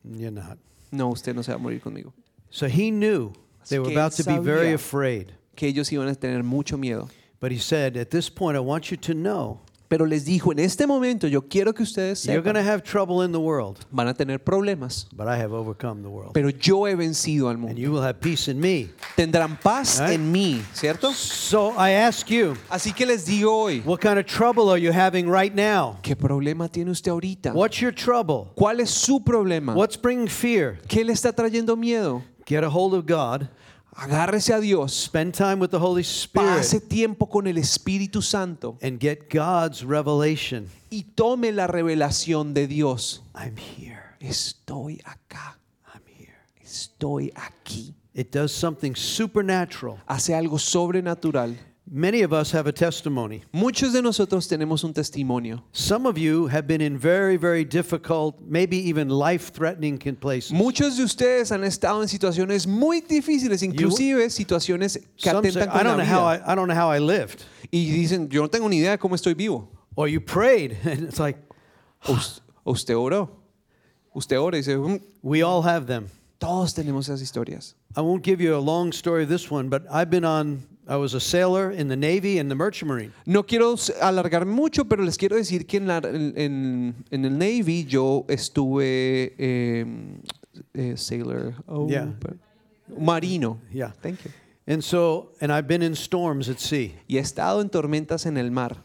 Speaker 2: you're not.
Speaker 3: no, usted no se va a morir conmigo.
Speaker 2: So he knew they
Speaker 3: Así
Speaker 2: were
Speaker 3: que
Speaker 2: about
Speaker 3: él
Speaker 2: to be very
Speaker 3: sabía.
Speaker 2: afraid.
Speaker 3: Que ellos iban a tener mucho miedo.
Speaker 2: But he said, At this point, I want you to know
Speaker 3: Pero les dijo, en este momento yo quiero que ustedes
Speaker 2: you're going to
Speaker 3: sepan,
Speaker 2: have trouble in the world,
Speaker 3: van a tener problemas,
Speaker 2: but I have overcome the world.
Speaker 3: pero yo he vencido al
Speaker 2: And
Speaker 3: mundo.
Speaker 2: you will have peace in me.
Speaker 3: Tendrán paz
Speaker 2: Right?
Speaker 3: en mí, ¿cierto?
Speaker 2: So I ask you,
Speaker 3: Así que les digo hoy,
Speaker 2: what kind of trouble are you having right now?
Speaker 3: ¿qué problema tiene usted ahorita?
Speaker 2: What's your trouble?
Speaker 3: ¿Cuál es su problema?
Speaker 2: What's bringing fear?
Speaker 3: ¿Qué le está trayendo miedo?
Speaker 2: Get a hold of God,
Speaker 3: Agárrese a Dios,
Speaker 2: spend time with the Holy Spirit,
Speaker 3: pase tiempo con el Espíritu Santo
Speaker 2: and get God's revelation.
Speaker 3: y tome la revelación de Dios.
Speaker 2: I'm here.
Speaker 3: Estoy acá,
Speaker 2: I'm here.
Speaker 3: estoy aquí.
Speaker 2: It does something supernatural.
Speaker 3: Hace algo sobrenatural.
Speaker 2: Many of us have a testimony.
Speaker 3: Muchos de nosotros tenemos un testimonio.
Speaker 2: Some of you have been in very, very difficult, maybe even life threatening places.
Speaker 3: Muchos de ustedes han estado en situaciones muy difíciles, inclusive situaciones que
Speaker 2: Some say,
Speaker 3: atentan
Speaker 2: I
Speaker 3: con la
Speaker 2: don't know how
Speaker 3: vida.
Speaker 2: I, I don't know how I lived.
Speaker 3: Y dicen, yo no tengo ni idea de cómo estoy vivo.
Speaker 2: Or you prayed. And it's like,
Speaker 3: O us- o usted oró. Usted ora y dice, "Mm".
Speaker 2: we all have them.
Speaker 3: todos tenemos esas historias.
Speaker 2: I won't give you a long story of this one, but I've been on, I was a sailor in the Navy and the Merchant Marine.
Speaker 3: No quiero s- alargar mucho, pero les quiero decir que en, la- en- en- en el Navy yo estuve em, eh, sailor, oh,
Speaker 2: Yeah.
Speaker 3: pero- marino.
Speaker 2: Yeah.
Speaker 3: Thank you.
Speaker 2: And so, and I've been in storms at sea.
Speaker 3: Y he estado en tormentas en el mar.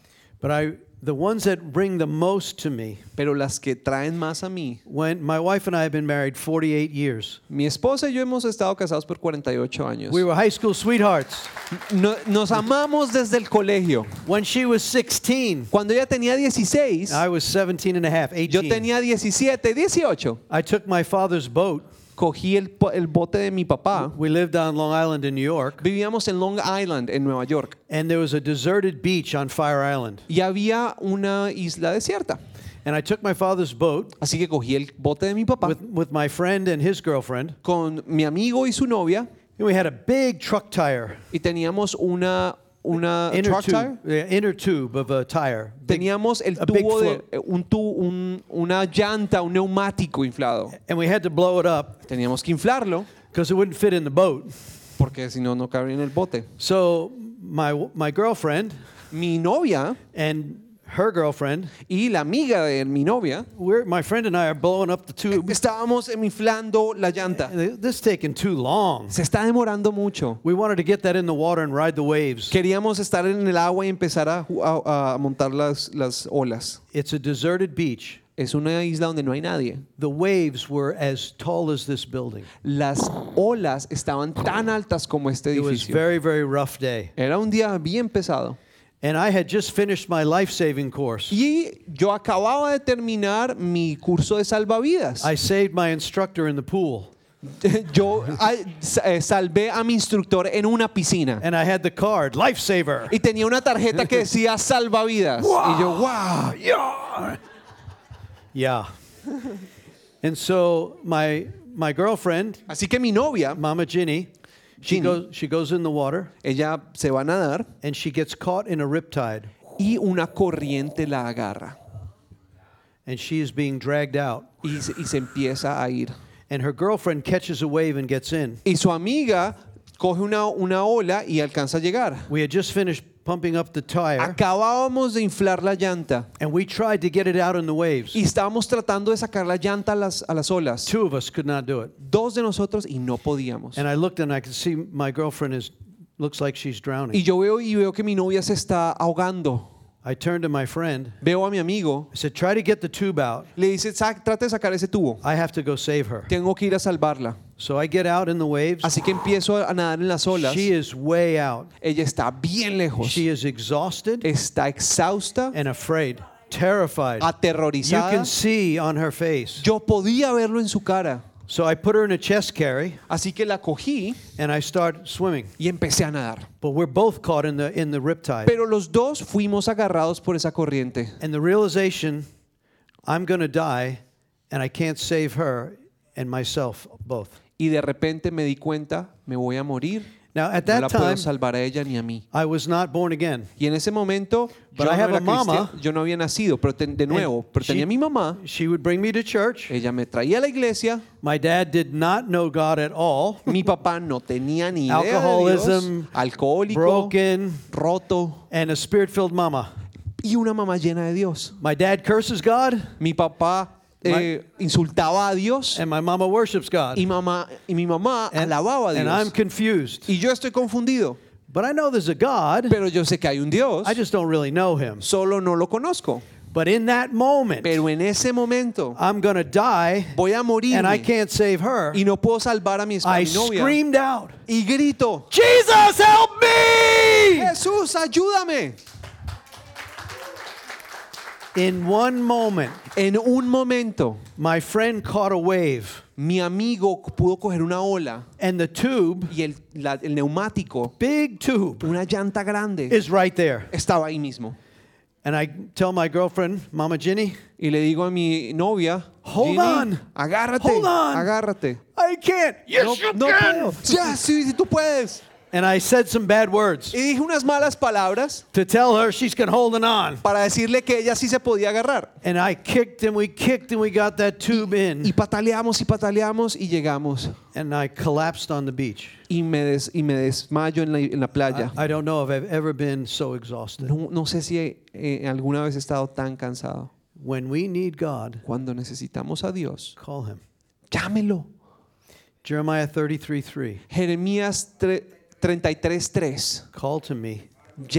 Speaker 2: But I The ones that bring the most to me,
Speaker 3: pero las que traen más a mí.
Speaker 2: when my wife and I have been married 48 years,
Speaker 3: Mi esposa y yo hemos estado casados por 48 años.
Speaker 2: we were high school sweethearts.
Speaker 3: No- nos amamos desde el colegio.
Speaker 2: When she was 16,
Speaker 3: Cuando ella tenía 16,
Speaker 2: I was 17 and a half,
Speaker 3: yo
Speaker 2: 18.
Speaker 3: tenía 17, 18.
Speaker 2: I took my father's boat.
Speaker 3: Cogí el, po- el bote de mi papá.
Speaker 2: We lived on Long Island in New York,
Speaker 3: Vivíamos en Long Island, en Nueva York,
Speaker 2: and there was a deserted beach on Fire Island.
Speaker 3: y había una isla desierta.
Speaker 2: And I took my father's boat
Speaker 3: Así que cogí el bote de mi papá
Speaker 2: with, with my friend and his girlfriend,
Speaker 3: con mi amigo y su novia
Speaker 2: and we had a big truck tire,
Speaker 3: y teníamos una, una
Speaker 2: inner
Speaker 3: truck tire.
Speaker 2: tube, yeah, inner tube of a tire. Big-
Speaker 3: Teníamos el
Speaker 2: a big
Speaker 3: tubo de
Speaker 2: float.
Speaker 3: eh, un tu- un- una llanta, un neumático inflado.
Speaker 2: and we had to blow it up
Speaker 3: Teníamos que inflarlo
Speaker 2: because it wouldn't fit in the boat.
Speaker 3: porque si no no cabría en el bote.
Speaker 2: So my my girlfriend
Speaker 3: Mi novia
Speaker 2: and her girlfriend,
Speaker 3: y la amiga de mi novia
Speaker 2: we're, my friend and I are blowing up the tube.
Speaker 3: estábamos inflando la llanta.
Speaker 2: This is taking too long.
Speaker 3: Se está demorando mucho.
Speaker 2: We wanted to get that in the water and ride the waves.
Speaker 3: Queríamos estar en el agua y empezar a, ju- a- a montar las, las olas.
Speaker 2: It's a deserted beach.
Speaker 3: Es una isla donde no hay nadie.
Speaker 2: The waves were as tall as this building.
Speaker 3: Las olas estaban tan altas como este
Speaker 2: It was
Speaker 3: edificio.
Speaker 2: very, very rough day.
Speaker 3: Era un día bien pesado.
Speaker 2: And I had just finished my life saving course.
Speaker 3: Y yo acababa de terminar mi curso de salvavidas.
Speaker 2: I saved my instructor in the pool.
Speaker 3: Yo ay, sa- eh, salvé a mi instructor en una piscina.
Speaker 2: And I had the card, lifesaver.
Speaker 3: Y tenía una tarjeta que decía salvavidas. Y yo, wow.
Speaker 2: Yeah. Yeah. And so my my girlfriend,
Speaker 3: Así que mi novia,
Speaker 2: Mama Ginny, she
Speaker 3: Ginny.
Speaker 2: goes she goes in the water
Speaker 3: ella se va a nadar
Speaker 2: and she gets caught in a riptide
Speaker 3: y una corriente la agarra
Speaker 2: and she is being dragged out.
Speaker 3: y se, y se empieza a ir.
Speaker 2: And her girlfriend catches a wave and gets in.
Speaker 3: Y su amiga coge una, una ola y alcanza a llegar.
Speaker 2: We had just finished pumping up the tire
Speaker 3: Acabábamos de inflar la llanta
Speaker 2: and we tried to get it out in the waves.
Speaker 3: y estábamos tratando de sacar la llanta a las, a las olas.
Speaker 2: Two of us could not do it.
Speaker 3: Dos de nosotros y no podíamos.
Speaker 2: And I looked and I could see my girlfriend is looks like she's drowning.
Speaker 3: Y yo veo y veo que mi novia se está ahogando.
Speaker 2: I turned to my friend.
Speaker 3: Veo a mi amigo,
Speaker 2: I said, "Try to get the tube out.
Speaker 3: le dice, "Sa- trate de sacar ese tubo.
Speaker 2: I have to go save her."
Speaker 3: Tengo que ir a salvarla.
Speaker 2: So I get out in the waves.
Speaker 3: Así que empiezo a nadar en las olas.
Speaker 2: She is way out.
Speaker 3: Ella está bien lejos.
Speaker 2: She is exhausted
Speaker 3: Está exhausta,
Speaker 2: and afraid, terrified. You
Speaker 3: aterrorizada.
Speaker 2: can see on her face.
Speaker 3: Yo podía verlo en su cara.
Speaker 2: So I put her in a chest carry
Speaker 3: Así que la cogí
Speaker 2: and I start swimming.
Speaker 3: y empecé a nadar.
Speaker 2: But we're both caught in the in the riptide.
Speaker 3: Pero los dos fuimos agarrados por esa corriente.
Speaker 2: And the realization I'm going to die and I can't save her and myself both.
Speaker 3: Y de repente me di cuenta, me voy a morir.
Speaker 2: Now at
Speaker 3: No la
Speaker 2: that
Speaker 3: puedo
Speaker 2: time
Speaker 3: salvar a ella ni a mí.
Speaker 2: I was not born again.
Speaker 3: Y en ese momento
Speaker 2: But
Speaker 3: yo
Speaker 2: I
Speaker 3: no,
Speaker 2: have
Speaker 3: era
Speaker 2: a mama.
Speaker 3: cristiano, yo no había nacido, pero ten- de nuevo,
Speaker 2: And
Speaker 3: pero tenía
Speaker 2: she-
Speaker 3: a mi mamá.
Speaker 2: She would bring me to church.
Speaker 3: Ella me traía a la iglesia.
Speaker 2: My dad did not know God at all.
Speaker 3: Mi papá no tenía ni idea de Dios.
Speaker 2: Alcoholism,
Speaker 3: alcohólico,
Speaker 2: broken,
Speaker 3: roto
Speaker 2: and a spirit-filled mama.
Speaker 3: y una mamá llena de Dios.
Speaker 2: My dad curses God,
Speaker 3: Mi papá eh, insultaba a Dios
Speaker 2: and my mama worships God.
Speaker 3: y mamá y mi mamá
Speaker 2: And,
Speaker 3: alababa a
Speaker 2: and I'm
Speaker 3: Dios.
Speaker 2: confused.
Speaker 3: Y yo estoy confundido,
Speaker 2: But I know there's a God.
Speaker 3: pero yo sé que hay un Dios,
Speaker 2: I just don't really know him.
Speaker 3: solo no lo conozco.
Speaker 2: But in that moment,
Speaker 3: Pero en ese momento
Speaker 2: I'm going to die,
Speaker 3: voy a morir
Speaker 2: and I can't save her.
Speaker 3: y no puedo salvar a mi, esp- a
Speaker 2: I
Speaker 3: mi novia.
Speaker 2: screamed out,
Speaker 3: Y grito,
Speaker 2: Jesus, help me!
Speaker 3: Jesús, ayúdame.
Speaker 2: In one moment,
Speaker 3: En un momento,
Speaker 2: my friend caught a wave,
Speaker 3: mi amigo pudo coger una ola
Speaker 2: and the tube,
Speaker 3: y el, la- el neumático,
Speaker 2: big tube,
Speaker 3: una llanta grande,
Speaker 2: is right there.
Speaker 3: estaba ahí mismo.
Speaker 2: And I tell my girlfriend, Mama Ginny,
Speaker 3: Y le digo a mi novia,
Speaker 2: Hold
Speaker 3: "Ginny,
Speaker 2: on.
Speaker 3: agárrate,
Speaker 2: Hold on.
Speaker 3: agárrate.
Speaker 2: I can't.
Speaker 3: no,
Speaker 2: Yes, you
Speaker 3: no
Speaker 2: can.
Speaker 3: puedo. Ya, sí, sí, tú puedes.
Speaker 2: And I said some bad words
Speaker 3: Y dije unas malas palabras
Speaker 2: to tell her she's going holding on.
Speaker 3: para decirle que ella sí se podía agarrar.
Speaker 2: And I kicked and we kicked and we got that tube
Speaker 3: Y
Speaker 2: in.
Speaker 3: pataleamos y pataleamos y llegamos.
Speaker 2: And I collapsed on the beach.
Speaker 3: Y me, des- y me desmayo en la, en la playa.
Speaker 2: I, I don't know if I've ever been so exhausted.
Speaker 3: No, no sé si he- eh, alguna vez he estado tan cansado.
Speaker 2: When we need God,
Speaker 3: Cuando necesitamos a Dios,
Speaker 2: call him.
Speaker 3: llámelo.
Speaker 2: Jeremiah 33 3.
Speaker 3: Jeremías 33.3.
Speaker 2: Call to me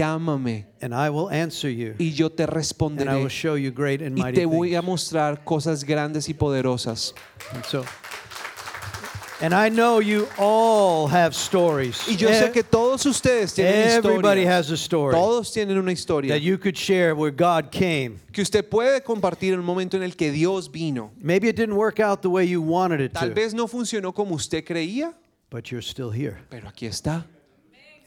Speaker 3: llámame
Speaker 2: and I will answer you,
Speaker 3: y yo te
Speaker 2: and I will
Speaker 3: responderé
Speaker 2: show you great and
Speaker 3: y
Speaker 2: mighty
Speaker 3: te voy a
Speaker 2: things.
Speaker 3: mostrar cosas grandes y poderosas.
Speaker 2: And so, and I know you all have stories.
Speaker 3: Y yo sé
Speaker 2: E-
Speaker 3: que todos ustedes tienen
Speaker 2: Everybody
Speaker 3: historia.
Speaker 2: has a story
Speaker 3: Todos tienen una historia
Speaker 2: that you could share where God came.
Speaker 3: que usted puede compartir en el momento en el que Dios vino.
Speaker 2: Maybe it didn't work out the way you wanted it
Speaker 3: Tal
Speaker 2: to,
Speaker 3: vez no funcionó como usted creía,
Speaker 2: but you're still here.
Speaker 3: pero aquí está.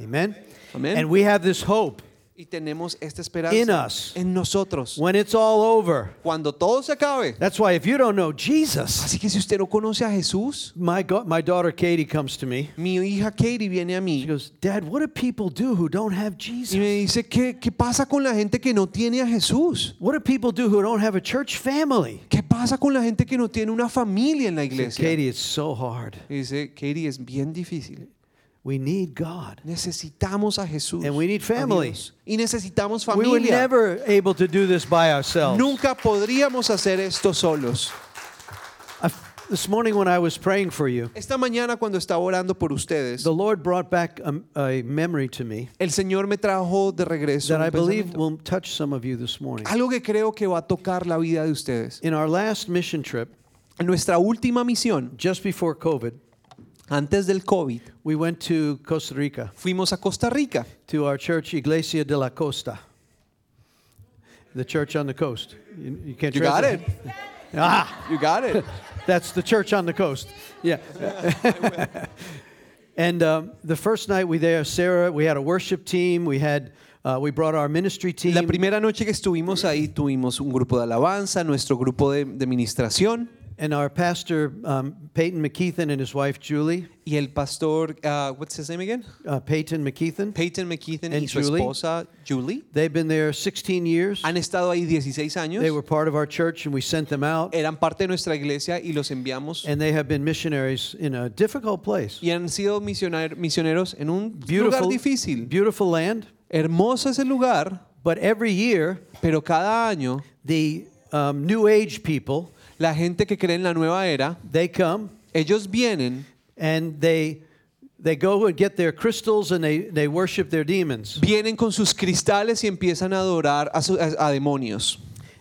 Speaker 2: Amen?
Speaker 3: Amen.
Speaker 2: And we have this hope.
Speaker 3: Y tenemos esta
Speaker 2: In
Speaker 3: esperanza
Speaker 2: us.
Speaker 3: en nosotros.
Speaker 2: When it's all over,
Speaker 3: Cuando todo se acabe.
Speaker 2: that's why if you don't know Jesus,
Speaker 3: Así que si usted no conoce a Jesús,
Speaker 2: my, go- my daughter Katie comes to me.
Speaker 3: mi hija Katie viene a
Speaker 2: She
Speaker 3: mí
Speaker 2: goes, Dad, what do people do who don't have
Speaker 3: y me
Speaker 2: Jesus?
Speaker 3: dice, ¿qué, qué pasa con la gente que no tiene a Jesús?
Speaker 2: What do people do who don't have a church family?
Speaker 3: ¿Qué pasa con la gente que no tiene una familia en la iglesia?
Speaker 2: Katie, it's so hard.
Speaker 3: Y dice, Katie, es bien difícil.
Speaker 2: We need God.
Speaker 3: Necesitamos a Jesús.
Speaker 2: And we need family.
Speaker 3: amigos, Y necesitamos
Speaker 2: We were
Speaker 3: familia.
Speaker 2: never able to do this by ourselves.
Speaker 3: Nunca podríamos hacer esto solos.
Speaker 2: I- this morning when I was praying for you,
Speaker 3: Esta mañana cuando estaba orando por ustedes,
Speaker 2: the Lord brought back a, a memory to me
Speaker 3: el Señor me trajo de regreso
Speaker 2: that
Speaker 3: un
Speaker 2: I believe
Speaker 3: pensamiento.
Speaker 2: will touch some of you this morning.
Speaker 3: algo que creo que va a tocar la vida de ustedes.
Speaker 2: In our last mission trip,
Speaker 3: En nuestra última misión,
Speaker 2: just before COVID,
Speaker 3: antes del COVID,
Speaker 2: we went to Costa Rica
Speaker 3: fuimos a Costa Rica,
Speaker 2: to our church, Iglesia de la Costa, the church on the coast. You, you can't
Speaker 3: You got
Speaker 2: translate. Ah,
Speaker 3: You got it.
Speaker 2: that's the church on the coast. Yeah. and um, the first night we there, Sarah, we had a worship team. We had uh, we brought our ministry team.
Speaker 3: La primera noche que estuvimos ahí tuvimos un grupo de alabanza, nuestro grupo de, de ministración
Speaker 2: And our pastor, um, Peyton McKeithen, and his wife, Julie,
Speaker 3: y el pastor, uh, what's his name again?
Speaker 2: uh, Peyton McKeithen,
Speaker 3: Peyton McKeithen
Speaker 2: And
Speaker 3: y su
Speaker 2: Julie.
Speaker 3: esposa Julie
Speaker 2: they've been there 16 years.
Speaker 3: han estado ahí 16 años.
Speaker 2: They were part of our church, and we sent them out.
Speaker 3: Eran parte de nuestra iglesia y los enviamos
Speaker 2: And they have been missionaries in a difficult place.
Speaker 3: y han sido misionar- misioneros en un lugar
Speaker 2: Beautiful,
Speaker 3: difícil.
Speaker 2: beautiful land.
Speaker 3: Hermoso es el lugar,
Speaker 2: But every year,
Speaker 3: pero cada año
Speaker 2: the um, New Age people,
Speaker 3: la gente que cree en la nueva era,
Speaker 2: they come
Speaker 3: ellos vienen,
Speaker 2: and they they go and get their crystals and they, they worship their demons.
Speaker 3: vienen con sus cristales y empiezan a adorar a, su- a- a demonios.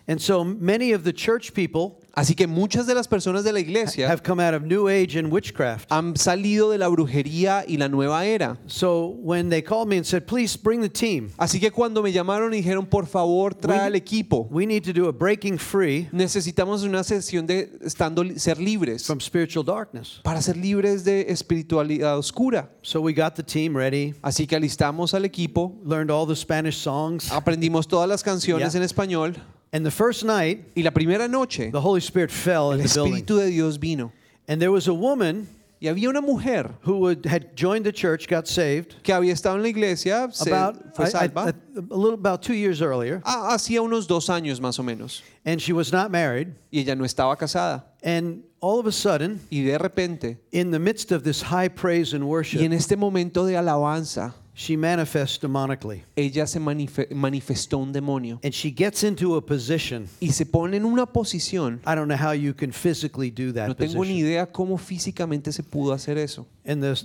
Speaker 2: And so many of the church people
Speaker 3: Así que muchas de las personas de la iglesia
Speaker 2: have come out of New Age and witchcraft.
Speaker 3: han salido de la brujería y la nueva era.
Speaker 2: So when they called me and said, please bring the team,
Speaker 3: Así que cuando me llamaron y dijeron, por favor, trae al equipo.
Speaker 2: we need to do a breaking free
Speaker 3: Necesitamos una sesión de estando, li- ser libres.
Speaker 2: from spiritual darkness.
Speaker 3: para ser libres de espiritualidad oscura.
Speaker 2: So we got the team ready,
Speaker 3: Así que alistamos al equipo,
Speaker 2: learned all the Spanish songs.
Speaker 3: aprendimos todas las canciones
Speaker 2: Yeah.
Speaker 3: en español
Speaker 2: And the first night,
Speaker 3: y la primera noche
Speaker 2: the Holy Spirit fell in
Speaker 3: el
Speaker 2: the building.
Speaker 3: Espíritu de Dios vino.
Speaker 2: And there was a woman
Speaker 3: Y había una mujer
Speaker 2: who would, had joined the church, got saved
Speaker 3: que había estado en la iglesia, se-
Speaker 2: about
Speaker 3: fue
Speaker 2: I- I-
Speaker 3: salva,
Speaker 2: a- a little about two years earlier,
Speaker 3: ah, hacía unos dos años más o menos,
Speaker 2: and she was not married.
Speaker 3: y ella no estaba casada.
Speaker 2: And all of a sudden,
Speaker 3: Y de repente,
Speaker 2: in the midst of this high praise and
Speaker 3: y en
Speaker 2: worship,
Speaker 3: este momento de alabanza,
Speaker 2: she manifests demonically,
Speaker 3: ella se manife- manifestó un demonio
Speaker 2: and she gets into a position.
Speaker 3: y se pone en una posición.
Speaker 2: I don't know how you can physically do that
Speaker 3: No tengo ni
Speaker 2: position.
Speaker 3: idea cómo físicamente se pudo hacer eso.
Speaker 2: And the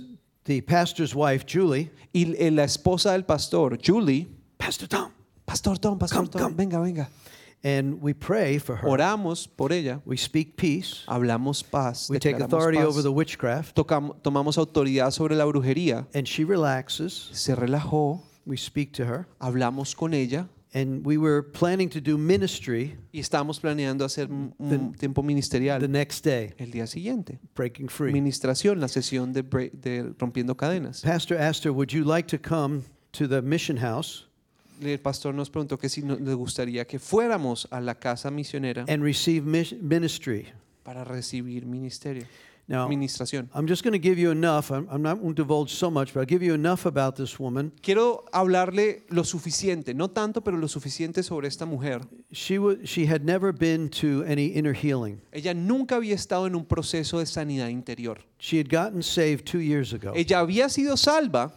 Speaker 2: the pastor's wife, Julie,
Speaker 3: Y eh, la esposa del pastor, Julie,
Speaker 2: Pastor Tom,
Speaker 3: Pastor Tom, Pastor Tom, venga, venga.
Speaker 2: and we pray for her.
Speaker 3: Oramos por ella,
Speaker 2: We speak peace.
Speaker 3: hablamos paz,
Speaker 2: We take
Speaker 3: declaramos
Speaker 2: authority
Speaker 3: paz.
Speaker 2: over the witchcraft,
Speaker 3: Tocam- tomamos autoridad sobre la brujería.
Speaker 2: and she relaxes.
Speaker 3: Se relajó,
Speaker 2: We speak to her,
Speaker 3: hablamos con ella
Speaker 2: and we were planning to do ministry
Speaker 3: y estábamos planeando hacer un un tiempo ministerial
Speaker 2: the next day,
Speaker 3: el día siguiente.
Speaker 2: breaking free.
Speaker 3: Ministración, la sesión de, bre- de rompiendo cadenas.
Speaker 2: Pastor asked her, Would you like to come to the mission house
Speaker 3: El pastor nos preguntó que si no- le gustaría que fuéramos a la casa misionera
Speaker 2: and receive mis- ministry?
Speaker 3: para recibir ministerio,
Speaker 2: Now,
Speaker 3: ministración.
Speaker 2: I'm just going to give you enough. I'm, I'm not going to divulge so much, but I'll give you enough about this woman.
Speaker 3: Quiero hablarle lo suficiente, no tanto, pero lo suficiente sobre esta mujer.
Speaker 2: She, wa she had never been to any inner healing.
Speaker 3: Ella nunca había estado en un proceso de sanidad interior.
Speaker 2: She had gotten saved two years ago.
Speaker 3: Ella había sido salva,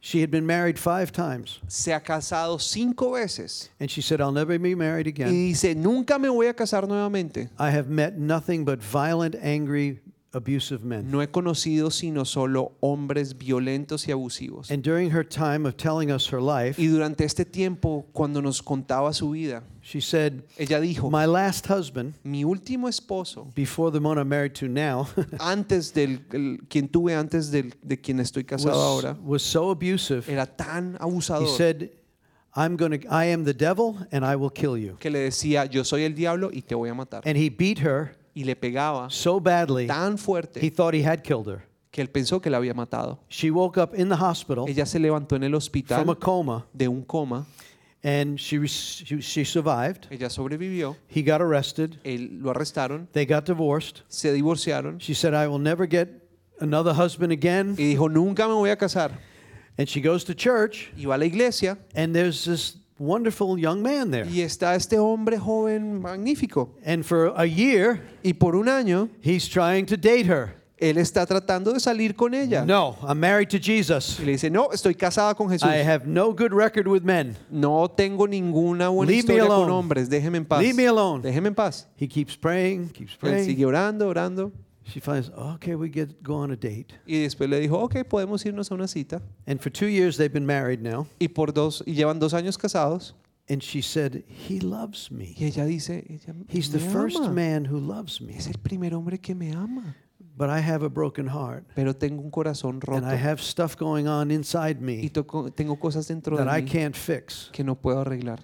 Speaker 2: She had been married five times,
Speaker 3: se ha casado cinco veces
Speaker 2: and she said, I'll never be married
Speaker 3: y
Speaker 2: again.
Speaker 3: dice, nunca me voy a casar nuevamente.
Speaker 2: I have met nothing but violent, angry abusive men.
Speaker 3: No he conocido sino solo hombres violentos y abusivos.
Speaker 2: And during her time of telling us her life,
Speaker 3: Y durante este tiempo, cuando nos contaba su vida,
Speaker 2: she said,
Speaker 3: ella dijo,
Speaker 2: My last husband,
Speaker 3: mi último esposo,
Speaker 2: before the one I'm married to now,
Speaker 3: antes del el- quien tuve antes del- de quien estoy casado
Speaker 2: was,
Speaker 3: ahora,
Speaker 2: was so abusive.
Speaker 3: era tan
Speaker 2: He
Speaker 3: abusador
Speaker 2: said, I'm going to I am the devil and I will kill you.
Speaker 3: que le decía, yo soy el diablo y te voy a matar.
Speaker 2: And he beat her
Speaker 3: Y le pegaba
Speaker 2: so badly,
Speaker 3: tan
Speaker 2: he
Speaker 3: fuerte
Speaker 2: thought he had killed her.
Speaker 3: que él pensó que la había matado.
Speaker 2: She woke up in the hospital
Speaker 3: Ella se levantó en el
Speaker 2: from a
Speaker 3: hospital
Speaker 2: coma
Speaker 3: de un coma,
Speaker 2: and she, re- she, she survived.
Speaker 3: ella sobrevivió,
Speaker 2: He got arrested.
Speaker 3: él, lo arrestaron,
Speaker 2: They got divorced.
Speaker 3: se divorciaron
Speaker 2: She said, I will never get another husband again.
Speaker 3: y dijo, nunca me voy a casar.
Speaker 2: And she goes to church,
Speaker 3: Y va a la iglesia
Speaker 2: and there's this wonderful young man there.
Speaker 3: y está este hombre joven magnífico.
Speaker 2: And for a year,
Speaker 3: Y por un año,
Speaker 2: he's trying to date her.
Speaker 3: él está tratando de salir con ella.
Speaker 2: No, I'm married to Jesus.
Speaker 3: Y le dice, no, estoy casada con Jesús.
Speaker 2: I have no good record with men.
Speaker 3: No tengo ninguna buena
Speaker 2: Leave me
Speaker 3: historia con
Speaker 2: alone.
Speaker 3: hombres. Déjeme en paz.
Speaker 2: Leave me alone.
Speaker 3: Déjeme en paz.
Speaker 2: He keeps praying, keeps
Speaker 3: Él
Speaker 2: praying.
Speaker 3: sigue orando, orando.
Speaker 2: She finds, okay, we get go on a date.
Speaker 3: Y después le dijo, ok, podemos irnos a una cita.
Speaker 2: And for two years they've been married now.
Speaker 3: Y por dos, y llevan dos años casados.
Speaker 2: And she said, He loves me.
Speaker 3: Y ella dice, ella
Speaker 2: He's
Speaker 3: me
Speaker 2: the first
Speaker 3: ama.
Speaker 2: man who loves me.
Speaker 3: Es el primer hombre que me ama.
Speaker 2: But I have a broken heart.
Speaker 3: Pero tengo un corazón roto.
Speaker 2: And I have stuff going on inside
Speaker 3: Y
Speaker 2: me
Speaker 3: toco- tengo cosas dentro de
Speaker 2: that I
Speaker 3: mí
Speaker 2: can't fix.
Speaker 3: que no puedo arreglar.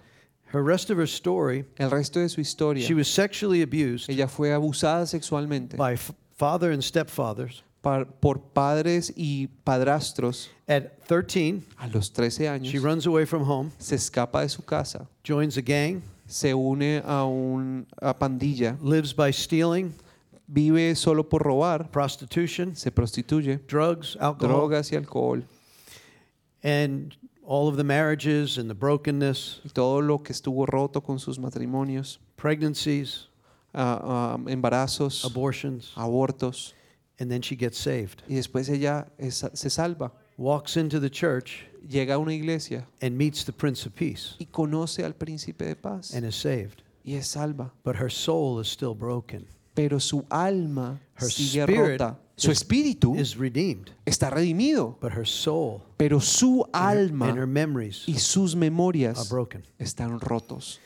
Speaker 2: Her rest of her story,
Speaker 3: El resto de su historia,
Speaker 2: she was sexually abused
Speaker 3: ella fue abusada sexualmente
Speaker 2: by f- father and stepfathers
Speaker 3: par- por padres y padrastros.
Speaker 2: at 13.
Speaker 3: A los 13
Speaker 2: She
Speaker 3: años,
Speaker 2: runs away from home,
Speaker 3: se escapa de su casa.
Speaker 2: joins a gang,
Speaker 3: se une a una pandilla,
Speaker 2: lives by stealing,
Speaker 3: vive solo por robar,
Speaker 2: prostitution,
Speaker 3: se prostituye,
Speaker 2: drugs, alcohol,
Speaker 3: drogas y alcohol.
Speaker 2: and all of the marriages and the brokenness,
Speaker 3: Y todo lo que estuvo roto con sus matrimonios,
Speaker 2: pregnancies,
Speaker 3: ah, ah, embarazos,
Speaker 2: abortions,
Speaker 3: abortos.
Speaker 2: and then she gets saved.
Speaker 3: Y después ella es- se salva,
Speaker 2: Walks into the church
Speaker 3: llega a una iglesia
Speaker 2: and meets the Prince of Peace
Speaker 3: y conoce al príncipe de paz
Speaker 2: and is saved.
Speaker 3: y es salva.
Speaker 2: But her soul is still broken,
Speaker 3: Pero su alma
Speaker 2: Her
Speaker 3: sigue
Speaker 2: spirit
Speaker 3: rota. Su
Speaker 2: is-
Speaker 3: espíritu
Speaker 2: is redeemed,
Speaker 3: está redimido,
Speaker 2: but her soul
Speaker 3: pero su
Speaker 2: and her, and her
Speaker 3: alma
Speaker 2: memories
Speaker 3: y sus
Speaker 2: are
Speaker 3: memorias
Speaker 2: broken.
Speaker 3: están rotos.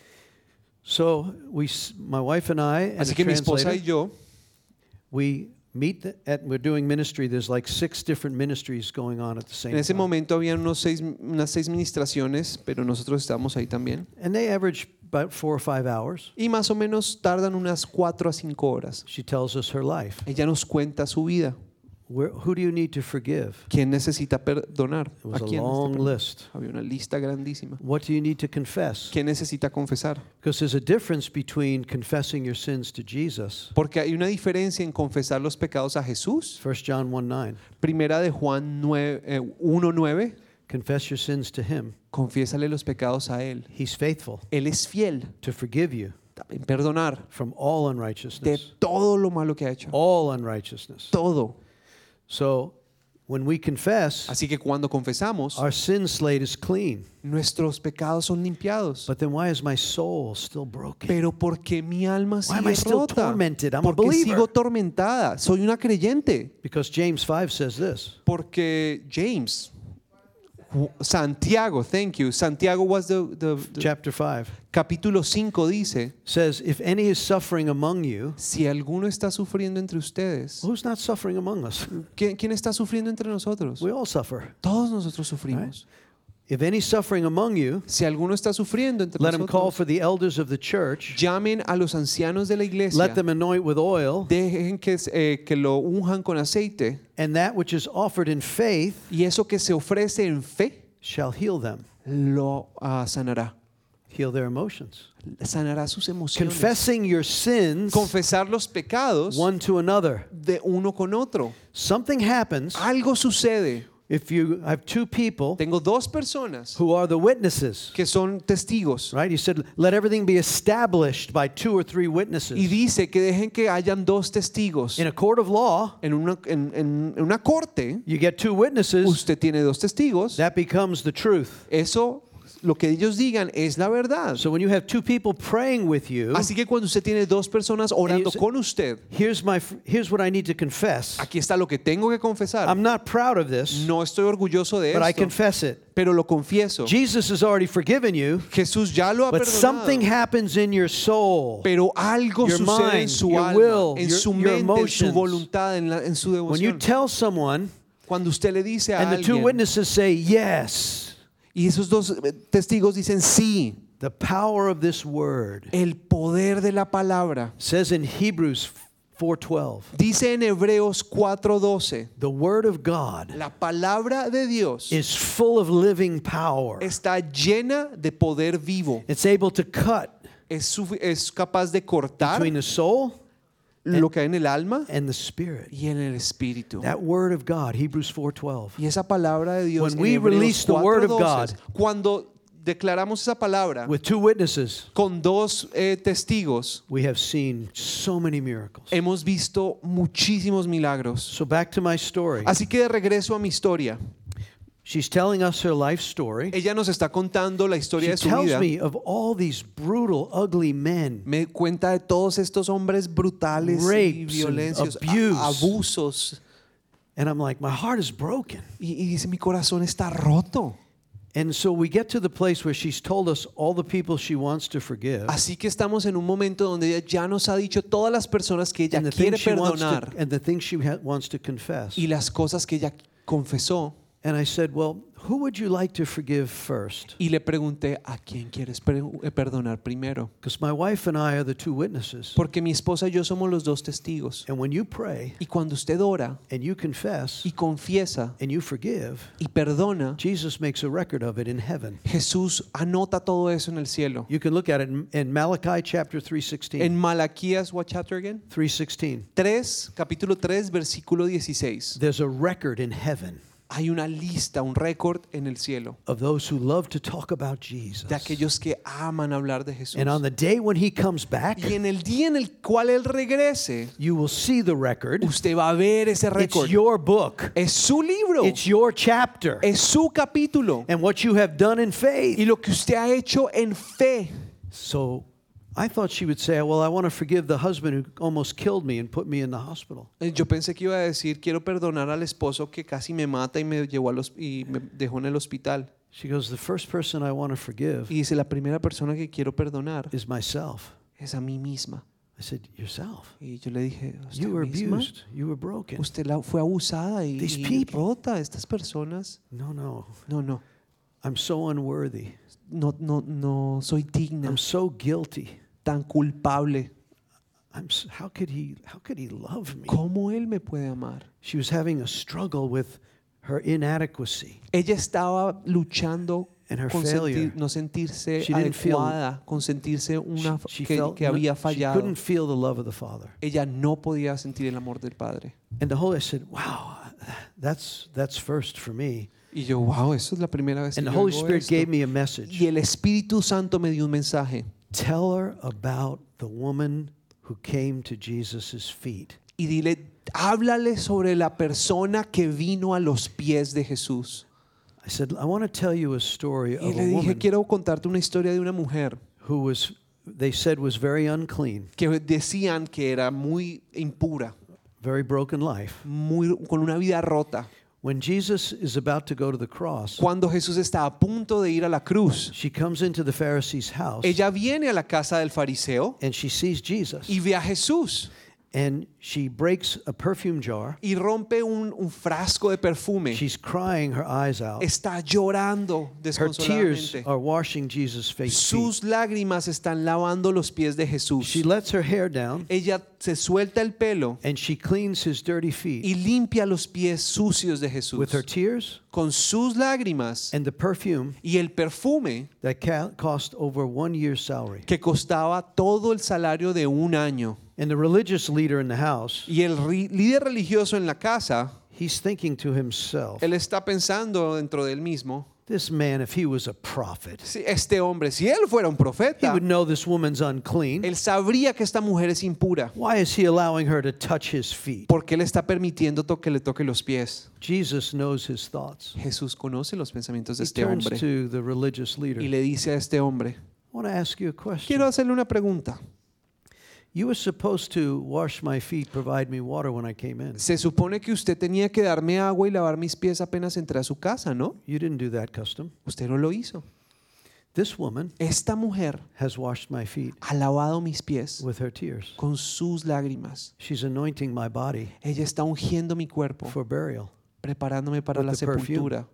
Speaker 2: So we, s- my wife and I, and
Speaker 3: Así
Speaker 2: a
Speaker 3: que mi esposa y
Speaker 2: translator,
Speaker 3: yo
Speaker 2: we meet the, at we're doing ministry. There's like six different ministries going on at the same
Speaker 3: En ese
Speaker 2: time,
Speaker 3: momento había unos seis, unas seis ministraciones, pero nosotros estábamos ahí también.
Speaker 2: and they average about four or five hours.
Speaker 3: Y más o menos tardan unas cuatro a cinco horas.
Speaker 2: She tells us her life.
Speaker 3: Ella nos cuenta su vida.
Speaker 2: Where, who do you need to forgive?
Speaker 3: ¿Quién necesita perdonar?
Speaker 2: It was a
Speaker 3: quién necesita
Speaker 2: long
Speaker 3: perdonar?
Speaker 2: list.
Speaker 3: Había una lista grandísima.
Speaker 2: What do you need to confess?
Speaker 3: ¿Quién necesita confesar?
Speaker 2: Because there's a difference between confessing your sins to Jesus,
Speaker 3: Porque hay una diferencia en confesar los pecados a Jesús.
Speaker 2: 1 John 1 9.
Speaker 3: Primera de Juan 9, eh, 1.9,
Speaker 2: Confess your sins to Him.
Speaker 3: confiésale los pecados a Él.
Speaker 2: He's faithful
Speaker 3: Él es fiel
Speaker 2: to forgive you
Speaker 3: en perdonar
Speaker 2: from all
Speaker 3: de
Speaker 2: unrighteousness.
Speaker 3: todo lo malo que ha hecho.
Speaker 2: All unrighteousness.
Speaker 3: Todo.
Speaker 2: So when we confess,
Speaker 3: Así que cuando confesamos,
Speaker 2: our sin slate is clean.
Speaker 3: Nuestros pecados son limpiados.
Speaker 2: But then why is my soul still broken?
Speaker 3: Pero porque mi alma
Speaker 2: am
Speaker 3: sigue
Speaker 2: I still
Speaker 3: rota?
Speaker 2: tormented? I'm a
Speaker 3: Porque
Speaker 2: believer.
Speaker 3: sigo tormentada. Soy una creyente.
Speaker 2: Because James 5 says this
Speaker 3: Porque James, Ju- Santiago, thank you. Santiago was the, the- the-
Speaker 2: chapter 5
Speaker 3: capítulo 5 dice,
Speaker 2: says, If any is suffering among you,
Speaker 3: si alguno está sufriendo entre ustedes,
Speaker 2: who's not suffering among us?
Speaker 3: ¿quién, quién está sufriendo entre nosotros?
Speaker 2: We all suffer.
Speaker 3: Todos nosotros sufrimos.
Speaker 2: If any suffering among you,
Speaker 3: Si alguno está sufriendo entre
Speaker 2: let him call
Speaker 3: nosotros,
Speaker 2: for the elders of the church.
Speaker 3: llamen a los ancianos de la iglesia.
Speaker 2: Let them anoint with oil,
Speaker 3: Dejen que, eh, que lo unjan con aceite.
Speaker 2: and that which is offered in faith
Speaker 3: Y eso que se ofrece en fe
Speaker 2: shall heal them,
Speaker 3: lo ah, sanará.
Speaker 2: heal their emotions.
Speaker 3: Sanará sus emociones.
Speaker 2: Confessing your sins
Speaker 3: Confesar los pecados
Speaker 2: one to another.
Speaker 3: de uno con otro.
Speaker 2: Something happens
Speaker 3: Algo sucede.
Speaker 2: if you have two people
Speaker 3: Tengo dos personas
Speaker 2: who are the witnesses,
Speaker 3: que son testigos
Speaker 2: right? He said, let everything be established by two or three
Speaker 3: y
Speaker 2: witnesses.
Speaker 3: dice que dejen que hayan dos testigos.
Speaker 2: In a court of law,
Speaker 3: En una, en- en- en una corte,
Speaker 2: you get two witnesses,
Speaker 3: usted tiene dos testigos.
Speaker 2: that becomes the truth.
Speaker 3: Eso lo que ellos digan es la verdad.
Speaker 2: So when you have two people praying with you,
Speaker 3: Así que cuando usted tiene dos personas orando con usted,
Speaker 2: here's my f- here's what I need to confess.
Speaker 3: aquí está lo que tengo que confesar.
Speaker 2: I'm not proud of this,
Speaker 3: No estoy orgulloso de
Speaker 2: but I
Speaker 3: esto,
Speaker 2: confess it.
Speaker 3: pero lo confieso.
Speaker 2: Jesus has already forgiven you,
Speaker 3: Jesús ya lo ha
Speaker 2: but something
Speaker 3: perdonado.
Speaker 2: happens in your soul
Speaker 3: Pero algo
Speaker 2: your
Speaker 3: sucede en
Speaker 2: mind,
Speaker 3: su
Speaker 2: your
Speaker 3: alma,
Speaker 2: will,
Speaker 3: en
Speaker 2: your-
Speaker 3: su
Speaker 2: your
Speaker 3: mente, en su
Speaker 2: emotions.
Speaker 3: voluntad, en, la- en su
Speaker 2: when you
Speaker 3: devoción.
Speaker 2: tell someone
Speaker 3: Cuando usted le dice a
Speaker 2: and the two
Speaker 3: alguien
Speaker 2: witnesses say yes.
Speaker 3: y esos dos eh, testigos dicen sí,
Speaker 2: The power of this word
Speaker 3: el poder de la palabra.
Speaker 2: says in Hebrews 4:12,
Speaker 3: Dice en Hebreos 4:12,
Speaker 2: the word of God
Speaker 3: la palabra de Dios
Speaker 2: is full of living power.
Speaker 3: está llena de poder vivo.
Speaker 2: It's able to cut
Speaker 3: Es, sufi- es capaz de cortar
Speaker 2: between the soul
Speaker 3: lo que hay en el alma
Speaker 2: and the spirit.
Speaker 3: y en el espíritu.
Speaker 2: That word of God, Hebrews 4:12.
Speaker 3: Y esa palabra de Dios,
Speaker 2: When
Speaker 3: en
Speaker 2: we
Speaker 3: Hebreos
Speaker 2: release the word of
Speaker 3: 4:12, cuando declaramos esa palabra
Speaker 2: With two witnesses,
Speaker 3: con dos eh, testigos,
Speaker 2: we have seen so many miracles.
Speaker 3: hemos visto muchísimos milagros.
Speaker 2: So back to my story.
Speaker 3: Así que de regreso a mi historia.
Speaker 2: She's telling us her life story.
Speaker 3: Ella nos está contando la historia
Speaker 2: She
Speaker 3: de su
Speaker 2: tells
Speaker 3: vida.
Speaker 2: me of all these brutal, ugly men
Speaker 3: Me cuenta de todos estos hombres brutales y
Speaker 2: Rapes and
Speaker 3: violencias, a-
Speaker 2: abuse.
Speaker 3: abusos.
Speaker 2: and I'm like, my heart is broken.
Speaker 3: Y, y dice, mi corazón está roto.
Speaker 2: And so we get to the place where she's told us all the people she wants to forgive
Speaker 3: Así que estamos en un momento donde ella ya nos ha dicho todas las personas que ella
Speaker 2: and the
Speaker 3: quiere
Speaker 2: things she wants to,
Speaker 3: perdonar
Speaker 2: and the things she ha- wants to confess.
Speaker 3: y las cosas que ella confesó.
Speaker 2: And I said, "Well, who would you like to forgive first?
Speaker 3: Y le pregunté, ¿a quién quieres pre- eh, perdonar primero?
Speaker 2: Because my wife and I are the two witnesses.
Speaker 3: Porque mi esposa y yo somos los dos testigos.
Speaker 2: And when you pray
Speaker 3: Y cuando usted ora
Speaker 2: and you confess
Speaker 3: y confiesa
Speaker 2: and you forgive,
Speaker 3: y perdona,
Speaker 2: Jesus makes a record of it in heaven.
Speaker 3: Jesús anota todo eso en el cielo.
Speaker 2: You can look at it in, in Malachi chapter 3:16.
Speaker 3: En Malaquías, what chapter again?
Speaker 2: 3:16.
Speaker 3: 3, capítulo 3, versículo 16.
Speaker 2: There's a record in heaven
Speaker 3: Hay una lista, un récord en el cielo.
Speaker 2: of those who love to talk about Jesus.
Speaker 3: de aquellos que aman hablar de Jesús.
Speaker 2: And on the day when he comes back,
Speaker 3: Y en el día en el cual Él regrese,
Speaker 2: you will see the record.
Speaker 3: usted va a ver ese récord.
Speaker 2: It's your book.
Speaker 3: Es su libro,
Speaker 2: It's your chapter.
Speaker 3: es su capítulo
Speaker 2: And what you have done in
Speaker 3: y
Speaker 2: faith.
Speaker 3: lo que usted ha hecho en fe.
Speaker 2: So I thought she would say, Well, I want to forgive the husband who almost killed me and put me in the hospital.
Speaker 3: Eh, Yo pensé que iba a decir, quiero perdonar al esposo que casi me mata y me, llevó al hos- y me dejó en el hospital.
Speaker 2: She goes, The first person I want to forgive
Speaker 3: Y dice, la primera persona que quiero perdonar
Speaker 2: is myself.
Speaker 3: es a mí misma.
Speaker 2: I said, Yourself.
Speaker 3: Y yo le dije, ¿usted
Speaker 2: You were
Speaker 3: misma?
Speaker 2: abused. You were broken.
Speaker 3: Usted la- fue abusada y,
Speaker 2: These
Speaker 3: y
Speaker 2: people.
Speaker 3: rota. Estas personas,
Speaker 2: No, no.
Speaker 3: no, no.
Speaker 2: I'm so unworthy.
Speaker 3: no, no, no soy digna,
Speaker 2: I'm so guilty.
Speaker 3: tan culpable.
Speaker 2: I'm s how could he how could he love me?
Speaker 3: ¿Cómo Él me puede amar?
Speaker 2: She was having a struggle with her inadequacy.
Speaker 3: Ella estaba luchando
Speaker 2: And her
Speaker 3: con
Speaker 2: failure.
Speaker 3: sentir, no sentirse
Speaker 2: She didn't feel-
Speaker 3: adecuada, con sentirse una
Speaker 2: she
Speaker 3: que,
Speaker 2: felt
Speaker 3: que
Speaker 2: no-
Speaker 3: había
Speaker 2: She
Speaker 3: fallado.
Speaker 2: couldn't feel the love of the Father.
Speaker 3: Ella no podía sentir el amor del Padre.
Speaker 2: And the Holy Spirit said, "Wow, that's that's first for me."
Speaker 3: Y yo, wow, eso es la primera vez que
Speaker 2: And the
Speaker 3: yo
Speaker 2: Holy
Speaker 3: oigo
Speaker 2: Spirit
Speaker 3: esto.
Speaker 2: gave me a message.
Speaker 3: Y el Espíritu Santo me dio un mensaje.
Speaker 2: Tell her about the woman who came to Jesus' feet.
Speaker 3: Y dile, háblale sobre la persona que vino a los pies de Jesús.
Speaker 2: I said, "I want to tell you a story
Speaker 3: Y
Speaker 2: of
Speaker 3: le
Speaker 2: a
Speaker 3: dije,
Speaker 2: woman
Speaker 3: quiero contarte una historia de una mujer
Speaker 2: who was they said was very unclean,
Speaker 3: que decían que era muy impura,
Speaker 2: very broken life.
Speaker 3: muy, con una vida rota.
Speaker 2: When Jesus is about to go to the cross,
Speaker 3: Cuando Jesús está a punto de ir a la cruz,
Speaker 2: she comes into the Pharisee's house
Speaker 3: ella viene a la casa del fariseo
Speaker 2: and she sees Jesus
Speaker 3: y ve a Jesús
Speaker 2: and she breaks a perfume jar.
Speaker 3: y rompe un, un frasco de perfume.
Speaker 2: She's crying her eyes out.
Speaker 3: Está llorando
Speaker 2: Her tears
Speaker 3: desconsoladamente.
Speaker 2: are washing Jesus' face. feet.
Speaker 3: Sus lágrimas están lavando los pies de
Speaker 2: She
Speaker 3: Jesús.
Speaker 2: lets her hair down
Speaker 3: Ella se suelta el pelo
Speaker 2: and she cleans his dirty
Speaker 3: y
Speaker 2: feet
Speaker 3: limpia los pies sucios de
Speaker 2: with her
Speaker 3: Jesús
Speaker 2: tears
Speaker 3: con sus lágrimas
Speaker 2: and the perfume
Speaker 3: y el perfume
Speaker 2: that ca- cost over one year's salary.
Speaker 3: que costaba todo el salario de un año.
Speaker 2: And the religious leader in the house,
Speaker 3: Y el ri- líder religioso en la casa,
Speaker 2: he's thinking to himself,
Speaker 3: él está pensando dentro de él mismo,
Speaker 2: This man, if he was a prophet,
Speaker 3: Si este hombre, si él fuera un
Speaker 2: he
Speaker 3: profeta,
Speaker 2: would know this woman's unclean.
Speaker 3: él sabría que esta mujer es impura,
Speaker 2: Why is he allowing her to touch his feet?
Speaker 3: porque él está permitiendo to- que le toque los pies.
Speaker 2: Jesus knows his thoughts.
Speaker 3: Jesús conoce los pensamientos de
Speaker 2: He
Speaker 3: este
Speaker 2: turns
Speaker 3: hombre
Speaker 2: to the religious leader.
Speaker 3: y
Speaker 2: I
Speaker 3: le dice a este hombre,
Speaker 2: want to ask you a
Speaker 3: quiero
Speaker 2: question.
Speaker 3: hacerle una pregunta.
Speaker 2: You were supposed to wash my feet, provide me water when I came in.
Speaker 3: Se supone que usted tenía que darme agua y lavar mis pies apenas entré a su casa, ¿no?
Speaker 2: You didn't do that custom.
Speaker 3: Usted no lo hizo.
Speaker 2: This woman
Speaker 3: Esta mujer
Speaker 2: has washed my feet
Speaker 3: ha lavado mis pies
Speaker 2: with her tears.
Speaker 3: con sus lágrimas.
Speaker 2: She's anointing my body
Speaker 3: Ella está ungiendo mi cuerpo,
Speaker 2: for burial.
Speaker 3: preparándome para
Speaker 2: With
Speaker 3: la
Speaker 2: the perfume.
Speaker 3: sepultura.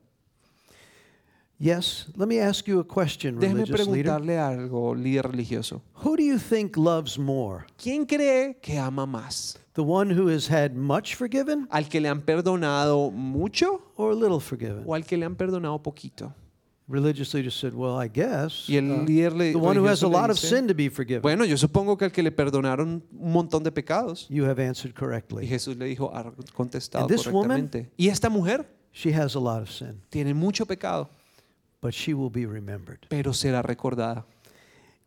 Speaker 2: Yes, let me ask you a question,
Speaker 3: Déjeme
Speaker 2: religious leader.
Speaker 3: preguntarle algo, líder religioso.
Speaker 2: Who do you think loves more?
Speaker 3: ¿Quién cree que ama más?
Speaker 2: The one who has had much forgiven
Speaker 3: ¿Al que le han perdonado mucho
Speaker 2: or little forgiven?
Speaker 3: o al que le han perdonado poquito?
Speaker 2: Religious leader said, Well, I guess uh,
Speaker 3: Y el líder le-
Speaker 2: Ah. the one who has a
Speaker 3: religioso le
Speaker 2: lot of
Speaker 3: dice,
Speaker 2: sin to be forgiven.
Speaker 3: Bueno, yo supongo que al que le perdonaron un montón de pecados.
Speaker 2: You have answered
Speaker 3: Y
Speaker 2: correctly.
Speaker 3: Jesús le dijo, ha contestado
Speaker 2: And this woman-
Speaker 3: correctamente. y esta mujer
Speaker 2: She has a lot of sin,
Speaker 3: tiene mucho pecado,
Speaker 2: but she will be remembered.
Speaker 3: pero será recordada.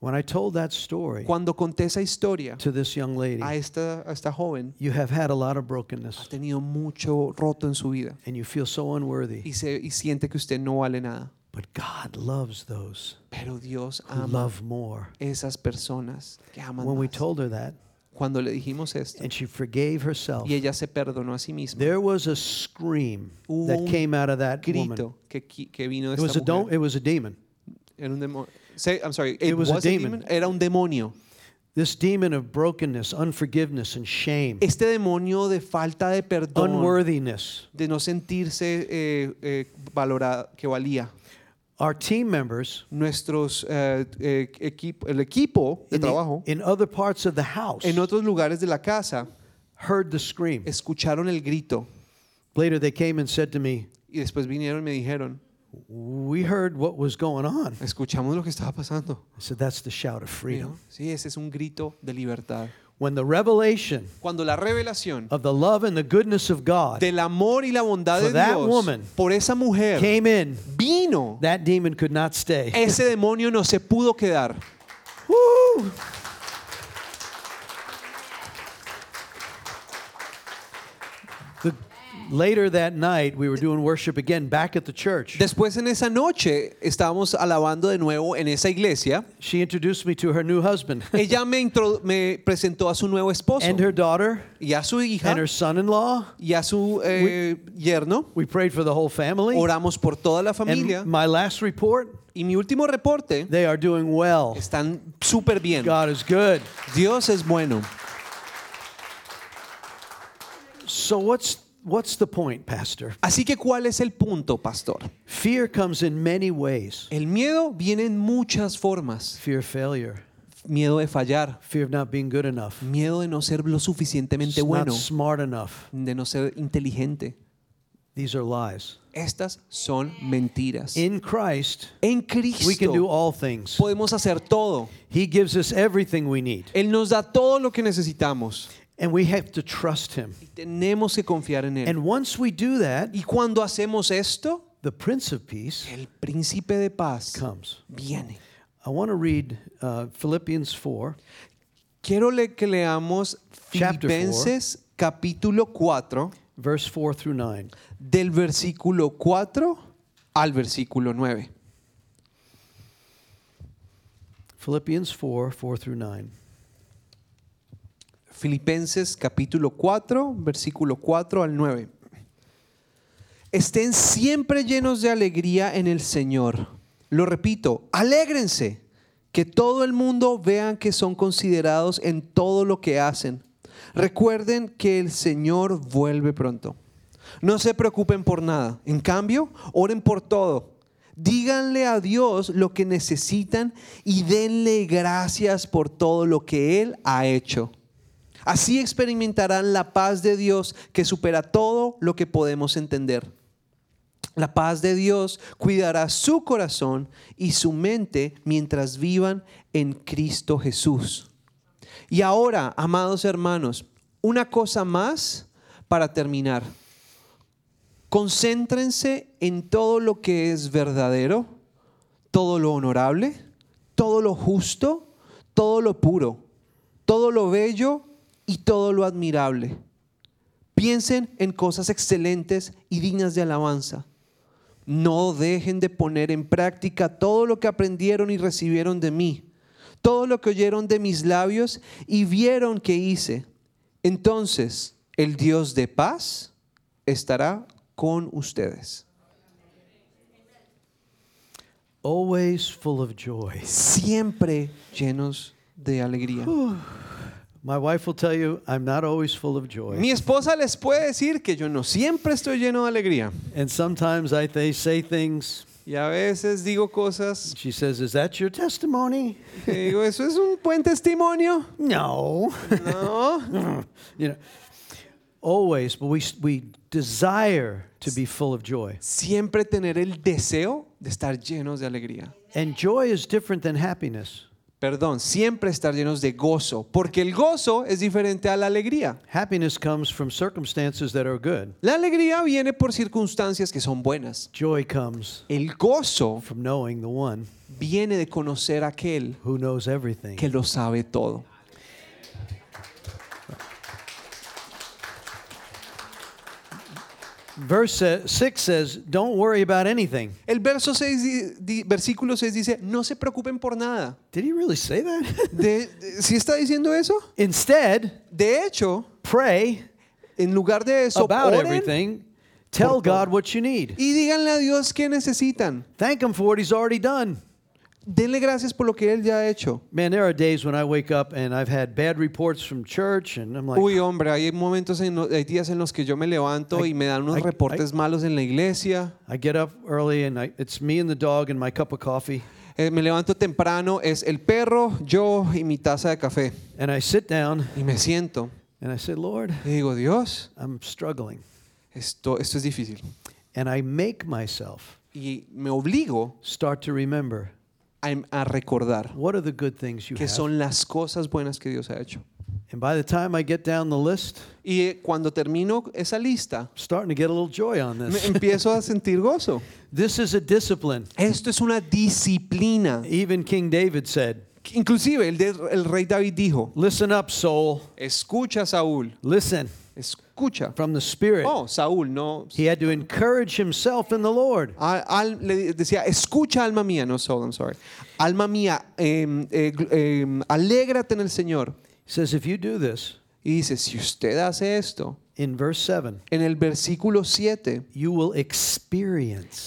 Speaker 2: When I told that story
Speaker 3: Cuando conté esa historia
Speaker 2: to this young lady,
Speaker 3: a esta, a esta joven,
Speaker 2: you have had a lot of
Speaker 3: ha
Speaker 2: brokenness
Speaker 3: tenido mucho roto en su vida
Speaker 2: and you feel so unworthy,
Speaker 3: y, se, y siente que usted no vale nada.
Speaker 2: but God loves those
Speaker 3: Pero Dios
Speaker 2: who
Speaker 3: ama
Speaker 2: love more.
Speaker 3: esas personas que aman
Speaker 2: When we
Speaker 3: más.
Speaker 2: told her that
Speaker 3: Cuando le dijimos esto
Speaker 2: and she forgave herself,
Speaker 3: y ella se perdonó a sí misma,
Speaker 2: There was a scream
Speaker 3: Hubo
Speaker 2: that
Speaker 3: un
Speaker 2: came out of that woman.
Speaker 3: grito que, qui- que vino de
Speaker 2: It
Speaker 3: esta
Speaker 2: was a do-
Speaker 3: mujer.
Speaker 2: it was a demon.
Speaker 3: Era un demonio. I'm sorry, it
Speaker 2: It was a
Speaker 3: was a
Speaker 2: demon.
Speaker 3: demon. Era un demonio.
Speaker 2: This demon of brokenness, unforgiveness, and shame,
Speaker 3: Este demonio de falta de perdón,
Speaker 2: unworthiness.
Speaker 3: de no sentirse eh, eh, valorada, que valía.
Speaker 2: Our team members
Speaker 3: Nuestros eh, eh, equipo, el equipo de
Speaker 2: in, the-
Speaker 3: trabajo
Speaker 2: in other parts of the house
Speaker 3: en otros lugares de la casa
Speaker 2: heard the scream.
Speaker 3: escucharon el grito
Speaker 2: Later, they came and said to me,
Speaker 3: y después vinieron y me dijeron,
Speaker 2: "We heard what was going on."
Speaker 3: escuchamos lo que estaba pasando.
Speaker 2: I said, "That's the shout of freedom."
Speaker 3: Mira, Sí, ese es un grito de libertad.
Speaker 2: When the revelation
Speaker 3: Cuando la revelación
Speaker 2: of the love and the goodness of Oh, God
Speaker 3: del amor y la bondad
Speaker 2: For
Speaker 3: de
Speaker 2: that
Speaker 3: Dios
Speaker 2: woman
Speaker 3: por esa mujer
Speaker 2: came in,
Speaker 3: vino,
Speaker 2: that demon could not stay.
Speaker 3: ese demonio no se pudo quedar.
Speaker 2: Woo! The, later that night, we were doing worship again back at the church.
Speaker 3: Después en esa noche estábamos alabando de nuevo en esa iglesia.
Speaker 2: She introduced me to her new husband
Speaker 3: Ella me, intro- me presentó a su nuevo esposo
Speaker 2: and her daughter
Speaker 3: y a su hija
Speaker 2: and her son in law.
Speaker 3: y a su eh, yerno.
Speaker 2: We prayed for the whole family.
Speaker 3: Oramos por toda la familia.
Speaker 2: And my last report
Speaker 3: Y mi último reporte,
Speaker 2: they are doing well.
Speaker 3: están súper bien.
Speaker 2: God is good.
Speaker 3: Dios es bueno.
Speaker 2: So, what's, what's the point, Pastor?
Speaker 3: Así que ¿cuál es el punto, pastor?
Speaker 2: Fear comes in many ways
Speaker 3: El miedo viene en muchas formas.
Speaker 2: fear of failure,
Speaker 3: Miedo de fallar,
Speaker 2: fear of not being good enough,
Speaker 3: miedo de no ser lo suficientemente
Speaker 2: not
Speaker 3: bueno,
Speaker 2: smart enough.
Speaker 3: de no ser inteligente.
Speaker 2: These are lies.
Speaker 3: Estas son mentiras.
Speaker 2: In Christ,
Speaker 3: En
Speaker 2: we can do
Speaker 3: Cristo
Speaker 2: all things.
Speaker 3: podemos hacer todo.
Speaker 2: He gives us everything we need,
Speaker 3: Él nos da todo lo que necesitamos.
Speaker 2: and we have to trust Him.
Speaker 3: Y tenemos que confiar en Él.
Speaker 2: And once we do that,
Speaker 3: Y cuando hacemos esto,
Speaker 2: the Prince of Peace
Speaker 3: el príncipe de paz
Speaker 2: comes.
Speaker 3: viene.
Speaker 2: I want to read uh, Philippians 4.
Speaker 3: Quiero le- que leamos
Speaker 2: Chapter
Speaker 3: Filipenses capítulo 4
Speaker 2: Verse 4 through 9.
Speaker 3: del versículo 4 al versículo 9.
Speaker 2: Philippians 4, 4 through 9.
Speaker 3: Filipenses capítulo 4, versículo 4 al 9. Estén siempre llenos de alegría en el Señor. Lo repito, alégrense. Que todo el mundo vean que son considerados en todo lo que hacen. Recuerden que el Señor vuelve pronto. No se preocupen por nada. En cambio, oren por todo. Díganle a Dios lo que necesitan y denle gracias por todo lo que Él ha hecho. Así experimentarán la paz de Dios que supera todo lo que podemos entender. La paz de Dios cuidará su corazón y su mente mientras vivan en Cristo Jesús. Y ahora, amados hermanos, una cosa más para terminar. Concéntrense en todo lo que es verdadero, todo lo honorable, todo lo justo, todo lo puro, todo lo bello y todo lo admirable. Piensen en cosas excelentes y dignas de alabanza. No dejen de poner en práctica todo lo que aprendieron y recibieron de mí, todo lo que oyeron de mis labios y vieron que hice. Entonces el Dios de paz estará con ustedes.
Speaker 2: always full of joy.
Speaker 3: Siempre llenos de alegría.
Speaker 2: My wife will tell you I'm not always full of joy.
Speaker 3: Mi esposa les puede decir que yo no siempre estoy lleno de alegría.
Speaker 2: And sometimes I they say things.
Speaker 3: Y a veces digo cosas
Speaker 2: She says, "Is that your testimony?"
Speaker 3: que digo, eso es un buen testimonio.
Speaker 2: No.
Speaker 3: No.
Speaker 2: you know, always, but we we desire to be full of joy.
Speaker 3: Siempre tener el deseo de estar llenos de alegría.
Speaker 2: And joy is different than happiness.
Speaker 3: Perdón, siempre estar llenos de gozo, porque el gozo es diferente a la alegría.
Speaker 2: Happiness comes from circumstances that are good.
Speaker 3: La alegría viene por circunstancias que son buenas.
Speaker 2: Joy comes
Speaker 3: El gozo
Speaker 2: from knowing the one
Speaker 3: viene de conocer a aquel
Speaker 2: who knows everything.
Speaker 3: que lo sabe todo.
Speaker 2: Verse sa- 6 says, "Don't worry about anything."
Speaker 3: El verso 6, di- di- versículo 6 dice, no se preocupen por nada.
Speaker 2: Did he really say that?
Speaker 3: De, de- ¿Sí está diciendo eso?
Speaker 2: Instead,
Speaker 3: De hecho,
Speaker 2: pray
Speaker 3: en lugar de eso,
Speaker 2: about
Speaker 3: oren
Speaker 2: everything. Tell
Speaker 3: todo.
Speaker 2: God what you need.
Speaker 3: y díganle a Dios qué necesitan.
Speaker 2: Thank him for what he's already done.
Speaker 3: Denle gracias por lo que Él ya ha hecho.
Speaker 2: Man, there are days when I wake up and I've had bad reports from church, and I'm like,
Speaker 3: Uy, hombre, hay momentos, en lo- hay días en los que yo me levanto
Speaker 2: Ay,
Speaker 3: y me dan unos
Speaker 2: ay,
Speaker 3: reportes malos en la iglesia.
Speaker 2: I get up early and I, it's me and the dog and my cup of coffee,
Speaker 3: Eh, me levanto temprano, es el perro, yo y mi taza de café.
Speaker 2: and I sit down
Speaker 3: Y me siento
Speaker 2: and I say, Lord,
Speaker 3: y digo, Dios,
Speaker 2: I'm struggling,
Speaker 3: esto, esto es difícil.
Speaker 2: and I make myself
Speaker 3: Y me obligo
Speaker 2: start to remember
Speaker 3: a, a recordar
Speaker 2: what are the good things you
Speaker 3: que
Speaker 2: have.
Speaker 3: son las cosas buenas que Dios ha hecho.
Speaker 2: and by the time I get down the list,
Speaker 3: Y eh, cuando termino esa lista,
Speaker 2: I'm starting to get a little joy on
Speaker 3: me
Speaker 2: this.
Speaker 3: empiezo a sentir gozo.
Speaker 2: this is a discipline.
Speaker 3: Esto es una disciplina.
Speaker 2: Even King David said,
Speaker 3: Inclusive el, de- el rey David dijo,
Speaker 2: "Listen up, soul.
Speaker 3: escucha Saúl,
Speaker 2: Listen
Speaker 3: escucha.
Speaker 2: from the Spirit."
Speaker 3: Oh, Saúl, no.
Speaker 2: He had to encourage himself in the Lord.
Speaker 3: Al- al- le decía, escucha alma mía, no Saúl, I'm sorry. Alma mía, em, eh, gl- em, alégrate en el Señor.
Speaker 2: He says, if you do this
Speaker 3: Y dice, si usted hace esto,
Speaker 2: in verse 7,
Speaker 3: en el versículo 7,
Speaker 2: you will experience.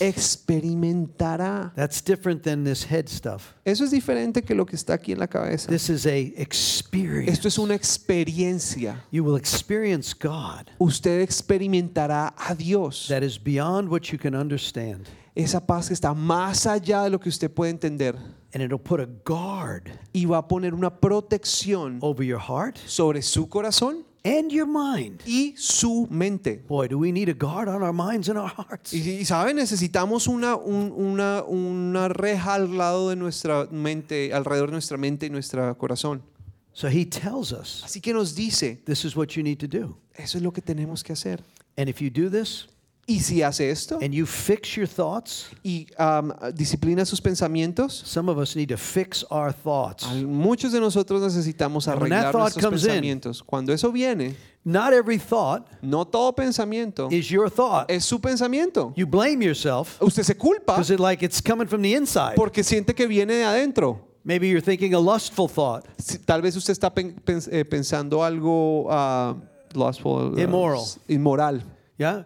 Speaker 3: experimentará.
Speaker 2: That's different than this head stuff.
Speaker 3: Eso es diferente que lo que está aquí en la cabeza.
Speaker 2: This is a experience.
Speaker 3: Esto es una experiencia.
Speaker 2: You will experience God
Speaker 3: Usted experimentará a Dios.
Speaker 2: that is beyond what you can understand.
Speaker 3: Esa paz que está más allá de lo que usted puede entender.
Speaker 2: And it'll put a guard
Speaker 3: Y va a poner una protección
Speaker 2: over your heart
Speaker 3: sobre su corazón
Speaker 2: and your mind.
Speaker 3: y su mente.
Speaker 2: Boy, do we need a guard on our minds and our hearts.
Speaker 3: Y, y, sabe, necesitamos una, un- una, una reja al lado de nuestra mente, alrededor de nuestra mente y nuestro corazón.
Speaker 2: So he tells us
Speaker 3: Así que nos dice,
Speaker 2: this is what you need to do.
Speaker 3: eso es lo que tenemos que hacer.
Speaker 2: And if you do this
Speaker 3: Y si hace esto
Speaker 2: and you fix your thoughts,
Speaker 3: y am, disciplina sus pensamientos,
Speaker 2: some of us need to fix our thoughts.
Speaker 3: al- muchos de nosotros necesitamos
Speaker 2: And when that
Speaker 3: arreglar
Speaker 2: thought
Speaker 3: nuestros
Speaker 2: comes in-
Speaker 3: pensamientos. Cuando eso viene,
Speaker 2: Not every thought
Speaker 3: no todo pensamiento
Speaker 2: is your thought.
Speaker 3: es su pensamiento.
Speaker 2: You blame yourself
Speaker 3: Usted se culpa
Speaker 2: because it like it's coming from the inside.
Speaker 3: porque siente que viene de adentro.
Speaker 2: Maybe you're thinking a lustful thought,
Speaker 3: Si- Tal vez usted está pen- pens- eh, pensando algo ah, lustful, ah,
Speaker 2: Immoral.
Speaker 3: inmoral.
Speaker 2: yeah?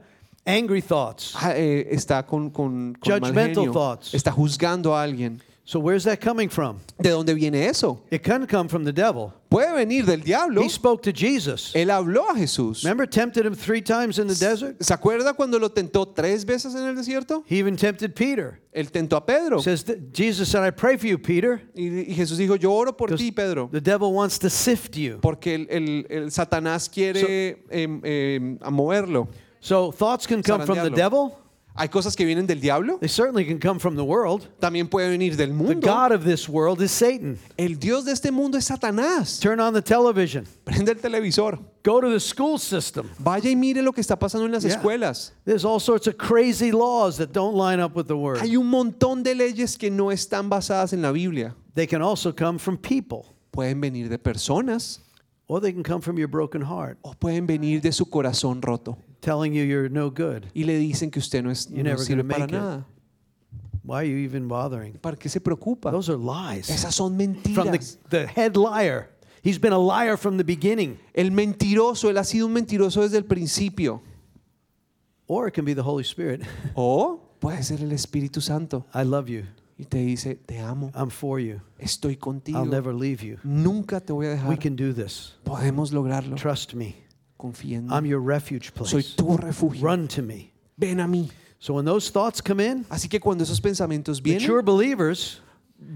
Speaker 2: Angry thoughts.
Speaker 3: Ah, eh, está con, con, con mal
Speaker 2: Judgmental
Speaker 3: genio.
Speaker 2: thoughts.
Speaker 3: Está juzgando a alguien.
Speaker 2: So where's that coming from?
Speaker 3: ¿De dónde viene eso?
Speaker 2: It can come from the devil.
Speaker 3: Puede venir del diablo.
Speaker 2: He spoke to Jesus.
Speaker 3: Él habló a Jesús.
Speaker 2: Remember tempted him 3 times in the desert?
Speaker 3: ¿Se acuerda cuando lo tentó tres veces en el desierto?
Speaker 2: He even tempted Peter.
Speaker 3: Él tentó a Pedro.
Speaker 2: Says that Jesus said, "I pray for you, Peter,
Speaker 3: Y, y Jesús dijo, yo oro por
Speaker 2: because
Speaker 3: ti, Pedro.
Speaker 2: the devil wants to sift you."
Speaker 3: Porque el, el- el Satanás quiere em, em, a moverlo.
Speaker 2: So thoughts can come from the
Speaker 3: Zarandearlo.
Speaker 2: devil
Speaker 3: Hay cosas que vienen del diablo,
Speaker 2: They certainly can come from the world.
Speaker 3: también pueden venir del
Speaker 2: The
Speaker 3: mundo.
Speaker 2: God of this world is Satan.
Speaker 3: El Dios de este mundo es Satanás.
Speaker 2: Turn on the television.
Speaker 3: Prende el televisor.
Speaker 2: Go to the school system.
Speaker 3: Vaya y mire lo que está pasando en las
Speaker 2: Yeah.
Speaker 3: escuelas.
Speaker 2: There's all sorts of crazy laws that don't line up with the word.
Speaker 3: Hay un montón de leyes que no están basadas en la Biblia.
Speaker 2: They can also come from people,
Speaker 3: Pueden venir de personas
Speaker 2: or they can come from your broken heart,
Speaker 3: o pueden venir de su corazón roto
Speaker 2: telling you you're no good.
Speaker 3: y le dicen que usted no, es,
Speaker 2: You're
Speaker 3: no
Speaker 2: never
Speaker 3: sirve
Speaker 2: gonna
Speaker 3: para
Speaker 2: make it.
Speaker 3: nada.
Speaker 2: Why are you even bothering?
Speaker 3: ¿Para qué se preocupa?
Speaker 2: Those are lies.
Speaker 3: Esas son
Speaker 2: From
Speaker 3: mentiras.
Speaker 2: the, the head liar. He's been a liar from the beginning.
Speaker 3: El mentiroso, él ha sido un mentiroso desde el principio.
Speaker 2: Or it can be the Holy Spirit.
Speaker 3: O puede ser el Espíritu Santo
Speaker 2: I love you.
Speaker 3: y te dice, te amo,
Speaker 2: I'm for you.
Speaker 3: estoy contigo,
Speaker 2: I'll never leave you.
Speaker 3: nunca te voy a
Speaker 2: We
Speaker 3: dejar.
Speaker 2: can do this.
Speaker 3: Podemos lograrlo.
Speaker 2: Trust me.
Speaker 3: Confía en mí.
Speaker 2: I'm your refuge
Speaker 3: Soy
Speaker 2: place.
Speaker 3: tu refugio.
Speaker 2: Run to me.
Speaker 3: Ven a mí.
Speaker 2: So when those thoughts come in,
Speaker 3: Así que cuando esos pensamientos
Speaker 2: mature
Speaker 3: vienen,
Speaker 2: believers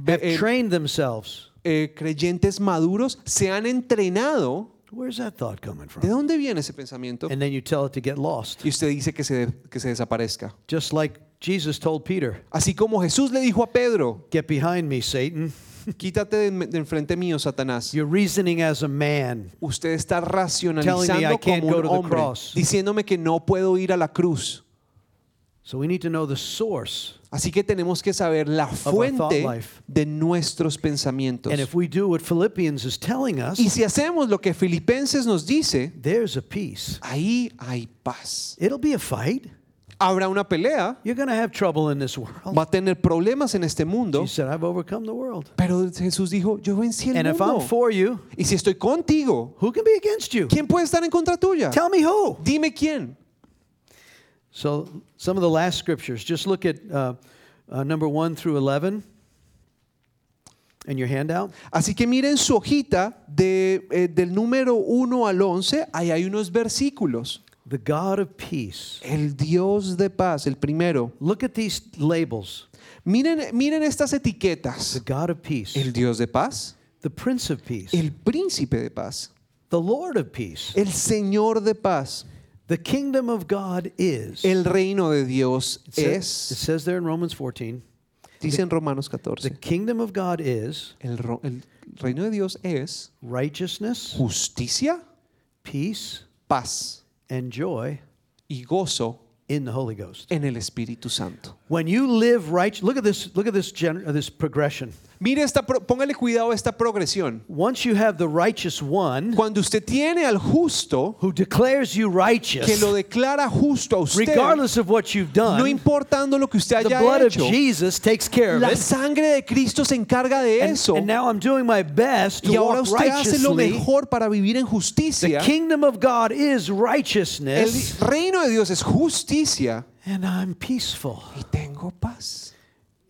Speaker 2: have
Speaker 3: eh,
Speaker 2: trained themselves.
Speaker 3: eh, creyentes maduros se han entrenado.
Speaker 2: Where's that thought coming
Speaker 3: ¿De
Speaker 2: from?
Speaker 3: dónde viene ese pensamiento?
Speaker 2: And then you tell it to get lost.
Speaker 3: Y usted dice que se, que se desaparezca.
Speaker 2: Just like Jesus told Peter,
Speaker 3: Así como Jesús le dijo a Pedro,
Speaker 2: Get behind me, Satan.
Speaker 3: quítate de, en- de enfrente mío, Satanás.
Speaker 2: You're reasoning as a man.
Speaker 3: Usted está
Speaker 2: Telling me I
Speaker 3: racionalizando
Speaker 2: can't
Speaker 3: como
Speaker 2: go
Speaker 3: un
Speaker 2: to the
Speaker 3: hombre,
Speaker 2: cross.
Speaker 3: diciéndome que no puedo ir a la cruz.
Speaker 2: So we need to know the source.
Speaker 3: Así que tenemos que saber la
Speaker 2: our thought
Speaker 3: fuente
Speaker 2: life.
Speaker 3: de nuestros pensamientos.
Speaker 2: And if we do what Philippians is telling us,
Speaker 3: Y si hacemos lo que Filipenses nos dice,
Speaker 2: there's a peace.
Speaker 3: ahí hay paz.
Speaker 2: It'll be a fight.
Speaker 3: Habrá una pelea,
Speaker 2: You're going to have trouble in this world.
Speaker 3: va a tener problemas en este mundo,
Speaker 2: He said, I've overcome the world.
Speaker 3: pero Jesús dijo, yo vencí el
Speaker 2: And if I'm
Speaker 3: mundo.
Speaker 2: for you,
Speaker 3: Y si estoy contigo,
Speaker 2: who can be against you?
Speaker 3: ¿quién puede estar en contra tuya?
Speaker 2: Tell me who.
Speaker 3: Dime quién.
Speaker 2: So, some of the last scriptures. Just look at uh, uh, number 1 through 11 in your handout.
Speaker 3: Así que miren su hojita de, eh, del número 1 al 11, ahí hay unos versículos.
Speaker 2: The God of peace.
Speaker 3: El Dios de paz, el primero.
Speaker 2: Look at these labels.
Speaker 3: Miren, miren estas
Speaker 2: The
Speaker 3: etiquetas.
Speaker 2: God of peace,
Speaker 3: El Dios de paz,
Speaker 2: the Prince of peace,
Speaker 3: el príncipe de paz,
Speaker 2: the Lord of peace.
Speaker 3: el Señor de paz,
Speaker 2: The kingdom of God is.
Speaker 3: el reino de Dios
Speaker 2: it, says, it
Speaker 3: es,
Speaker 2: says there in Romans 14,
Speaker 3: dice en Romanos
Speaker 2: the
Speaker 3: 14,
Speaker 2: kingdom of God is
Speaker 3: el, ro- el reino de Dios es
Speaker 2: righteousness,
Speaker 3: justicia,
Speaker 2: peace,
Speaker 3: paz
Speaker 2: and joy
Speaker 3: y gozo
Speaker 2: in the Holy Ghost.
Speaker 3: en el Espíritu Santo.
Speaker 2: When you live right, look at this, look at this, gen, uh, this progression.
Speaker 3: Mire esta, pro- póngale cuidado a esta progresión.
Speaker 2: Once you have the righteous one
Speaker 3: Cuando usted tiene al justo,
Speaker 2: who declares you
Speaker 3: que
Speaker 2: righteous,
Speaker 3: lo declara justo a usted,
Speaker 2: regardless of what you've
Speaker 3: no
Speaker 2: done,
Speaker 3: importando lo que usted
Speaker 2: the
Speaker 3: haya
Speaker 2: blood of
Speaker 3: hecho,
Speaker 2: Jesus takes care of
Speaker 3: la
Speaker 2: it.
Speaker 3: sangre de Cristo se encarga de
Speaker 2: And,
Speaker 3: eso.
Speaker 2: and now I'm doing my best to
Speaker 3: Y ahora
Speaker 2: walk
Speaker 3: usted hace lo
Speaker 2: righteously.
Speaker 3: mejor para vivir en
Speaker 2: The
Speaker 3: justicia.
Speaker 2: kingdom of God is
Speaker 3: El
Speaker 2: righteousness,
Speaker 3: reino de Dios es justicia.
Speaker 2: and I'm peaceful,
Speaker 3: Y tengo paz.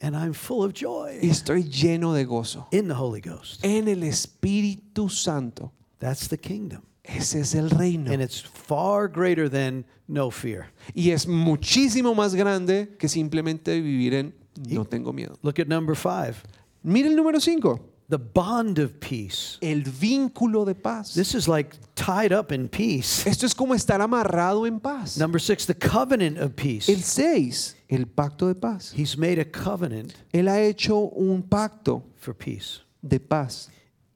Speaker 2: and I'm full of
Speaker 3: Y
Speaker 2: joy
Speaker 3: estoy lleno de gozo.
Speaker 2: in the Holy Ghost.
Speaker 3: En el Espíritu Santo.
Speaker 2: That's the kingdom.
Speaker 3: Ese es el reino.
Speaker 2: And it's far greater than no fear.
Speaker 3: Y es muchísimo más grande que simplemente vivir en no tengo miedo.
Speaker 2: Look at number five
Speaker 3: Mire el número 5.
Speaker 2: the bond of peace.
Speaker 3: El vínculo de paz.
Speaker 2: This is like tied up in peace.
Speaker 3: Esto es como estar amarrado en paz.
Speaker 2: Number six, the covenant of
Speaker 3: El
Speaker 2: peace.
Speaker 3: 6. El pacto de paz.
Speaker 2: He's made a covenant
Speaker 3: Él ha hecho un pacto
Speaker 2: for peace.
Speaker 3: de paz.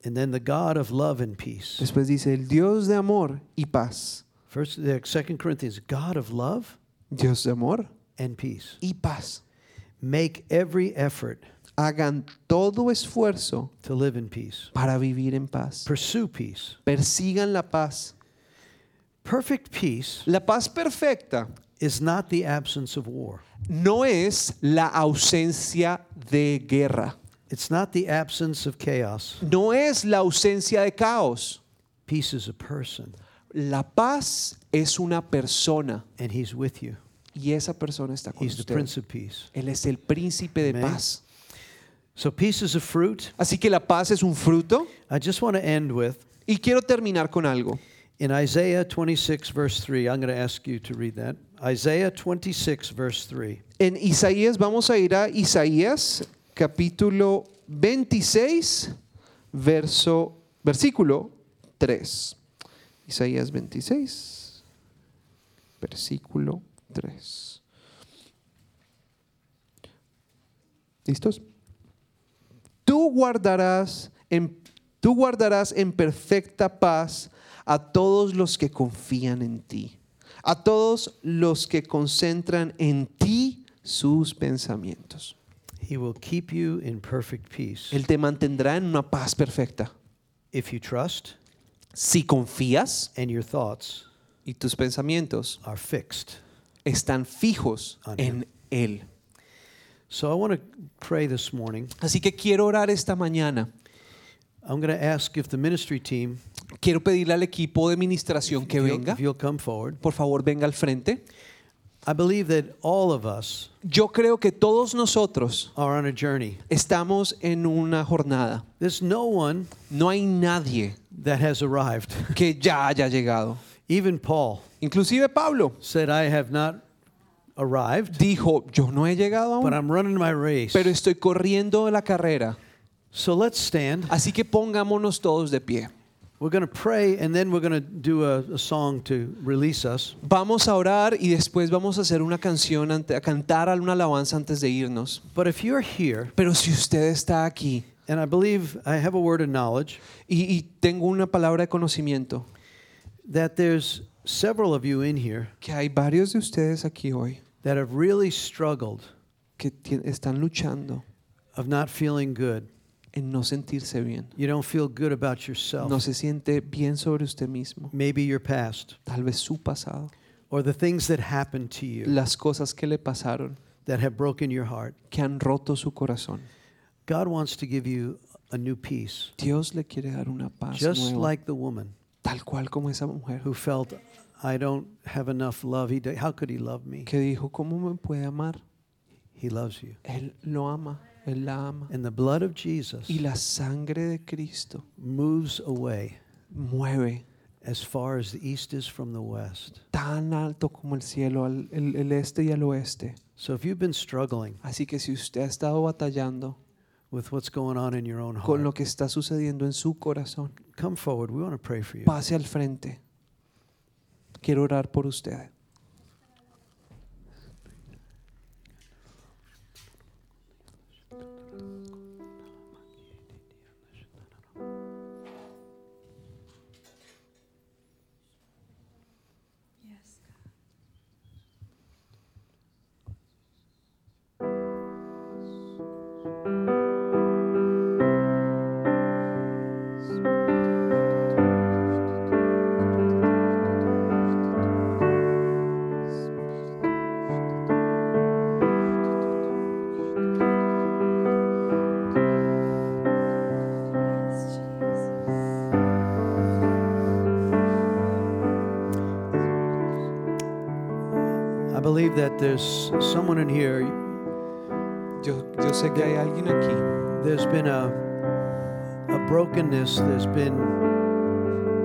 Speaker 2: And then the God of love and peace.
Speaker 3: Después dice el Dios de amor y paz.
Speaker 2: First, the Second Corinthians, God of love
Speaker 3: Dios de amor
Speaker 2: and peace.
Speaker 3: y paz.
Speaker 2: Make every effort
Speaker 3: Hagan todo esfuerzo
Speaker 2: to live in peace.
Speaker 3: para vivir en paz.
Speaker 2: Pursue peace.
Speaker 3: Persigan la paz.
Speaker 2: Perfect peace
Speaker 3: La paz perfecta
Speaker 2: is not the absence of war.
Speaker 3: no es la ausencia de guerra.
Speaker 2: It's not the absence of chaos.
Speaker 3: No es la ausencia de caos.
Speaker 2: Peace is a person,
Speaker 3: La paz es una persona
Speaker 2: and he's with you.
Speaker 3: y esa persona está con
Speaker 2: He's the
Speaker 3: usted.
Speaker 2: Prince of Peace.
Speaker 3: Él es el príncipe de
Speaker 2: Amén.
Speaker 3: paz.
Speaker 2: So peace is a fruit.
Speaker 3: Así que la paz es un fruto
Speaker 2: I just want to end with
Speaker 3: y quiero terminar con algo.
Speaker 2: in Isaiah 26, verse 3. I'm going to ask you to read that. Isaiah 26, verse 3.
Speaker 3: En Isaías, vamos a ir a Isaías, capítulo 26, verso, versículo 3. Isaías 26, versículo 3. ¿Listos? Tú guardarás en, tú guardarás en perfecta paz a todos los que confían en ti, a todos los que concentran en ti sus pensamientos.
Speaker 2: He will keep you in perfect peace
Speaker 3: Él te mantendrá en una paz perfecta.
Speaker 2: if you trust
Speaker 3: Si confías
Speaker 2: and your thoughts
Speaker 3: y tus pensamientos
Speaker 2: are fixed.
Speaker 3: están fijos en Él.
Speaker 2: So I want to pray this morning.
Speaker 3: Así que quiero orar esta mañana.
Speaker 2: I'm going to ask if the ministry team
Speaker 3: Quiero pedirle al equipo de administración que
Speaker 2: if you'll-
Speaker 3: venga.
Speaker 2: if you'll come forward.
Speaker 3: Por favor, venga al frente.
Speaker 2: I believe that all of us
Speaker 3: Yo creo que todos nosotros
Speaker 2: are on a journey.
Speaker 3: estamos en una jornada.
Speaker 2: There's no one
Speaker 3: No hay nadie
Speaker 2: that has arrived.
Speaker 3: que ya haya llegado.
Speaker 2: Even Paul
Speaker 3: Inclusive Pablo
Speaker 2: said, I have not arrived,
Speaker 3: dijo, yo no he llegado
Speaker 2: but
Speaker 3: aún,
Speaker 2: I'm running my race.
Speaker 3: pero estoy corriendo la carrera.
Speaker 2: So let's stand.
Speaker 3: Así que pongámonos todos de pie.
Speaker 2: We're going to pray, and then we're going to do a, a song to release us.
Speaker 3: Vamos a orar y después vamos a hacer una canción, ante- a cantar una alabanza antes de irnos.
Speaker 2: But if you're here,
Speaker 3: Pero si usted está aquí
Speaker 2: and I believe I have a word of knowledge
Speaker 3: y, y tengo una palabra de conocimiento,
Speaker 2: that there's several of you in here
Speaker 3: que hay varios de ustedes aquí hoy
Speaker 2: that have really struggled
Speaker 3: que tien- están luchando
Speaker 2: of not feeling good.
Speaker 3: en no sentirse bien.
Speaker 2: You don't feel good about yourself,
Speaker 3: No se siente bien sobre usted mismo.
Speaker 2: maybe your past,
Speaker 3: Tal vez su pasado,
Speaker 2: or the things that happened to you
Speaker 3: las cosas que le pasaron,
Speaker 2: that have broken your heart.
Speaker 3: que han roto su corazón.
Speaker 2: God wants to give you a new peace,
Speaker 3: Dios le quiere dar una paz
Speaker 2: just
Speaker 3: nueva,
Speaker 2: like the woman
Speaker 3: tal cual como esa mujer
Speaker 2: who felt, I don't have enough love. He, d- how could he love me?
Speaker 3: que dijo, ¿cómo me puede amar?
Speaker 2: He loves you.
Speaker 3: Él lo ama, él la ama.
Speaker 2: And the blood of Jesus
Speaker 3: Y la sangre de Cristo
Speaker 2: moves away
Speaker 3: mueve
Speaker 2: as far as the east is from the west.
Speaker 3: tan alto como el cielo, al el- el este y al oeste.
Speaker 2: So if you've been struggling
Speaker 3: Así que si usted ha estado batallando
Speaker 2: with what's going on in your own
Speaker 3: con lo
Speaker 2: heart,
Speaker 3: que está sucediendo en su corazón,
Speaker 2: come forward. We want to pray for you.
Speaker 3: pase al frente. Quiero orar por usted.
Speaker 2: I believe that there's someone in here,
Speaker 3: Yo, yo sé que hay alguien aquí
Speaker 2: there's been a, a brokenness, there's been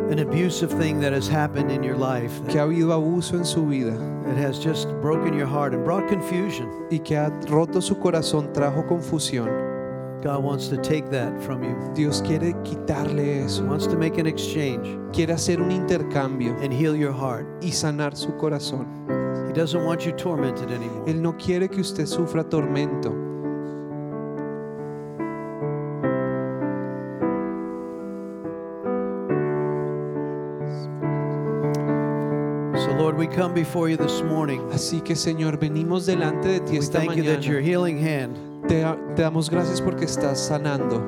Speaker 2: an abusive thing that has happened in your life
Speaker 3: que
Speaker 2: that
Speaker 3: ha habido abuso en su vida
Speaker 2: that has just broken your heart and brought confusion.
Speaker 3: y que ha roto su corazón, trajo confusión.
Speaker 2: God wants to take that from you,
Speaker 3: Dios quiere quitarle
Speaker 2: He
Speaker 3: eso,
Speaker 2: wants to make an exchange
Speaker 3: quiere hacer un intercambio
Speaker 2: and heal your heart.
Speaker 3: y sanar su corazón.
Speaker 2: He doesn't want you tormented anymore.
Speaker 3: Él no quiere que usted sufra tormento.
Speaker 2: So, Lord, we come before you this morning.
Speaker 3: Así que Señor, venimos delante de ti
Speaker 2: We
Speaker 3: esta
Speaker 2: thank you that your
Speaker 3: mañana.
Speaker 2: healing hand
Speaker 3: Te, te damos gracias porque estás sanando.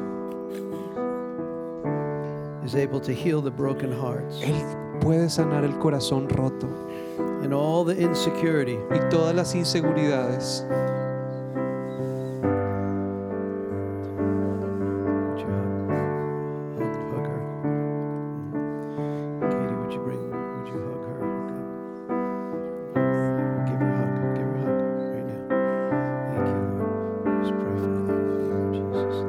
Speaker 2: is able to heal the broken hearts
Speaker 3: Él puede sanar el corazón roto
Speaker 2: and all the insecurity.
Speaker 3: y todas las inseguridades.
Speaker 2: Would you hug- hug- hug her? Katie, would you bring- would you hug her? Good. Give her a hug. Give her a hug right now. Thank you, Lord. Just pray, Father, in the name of Jesus.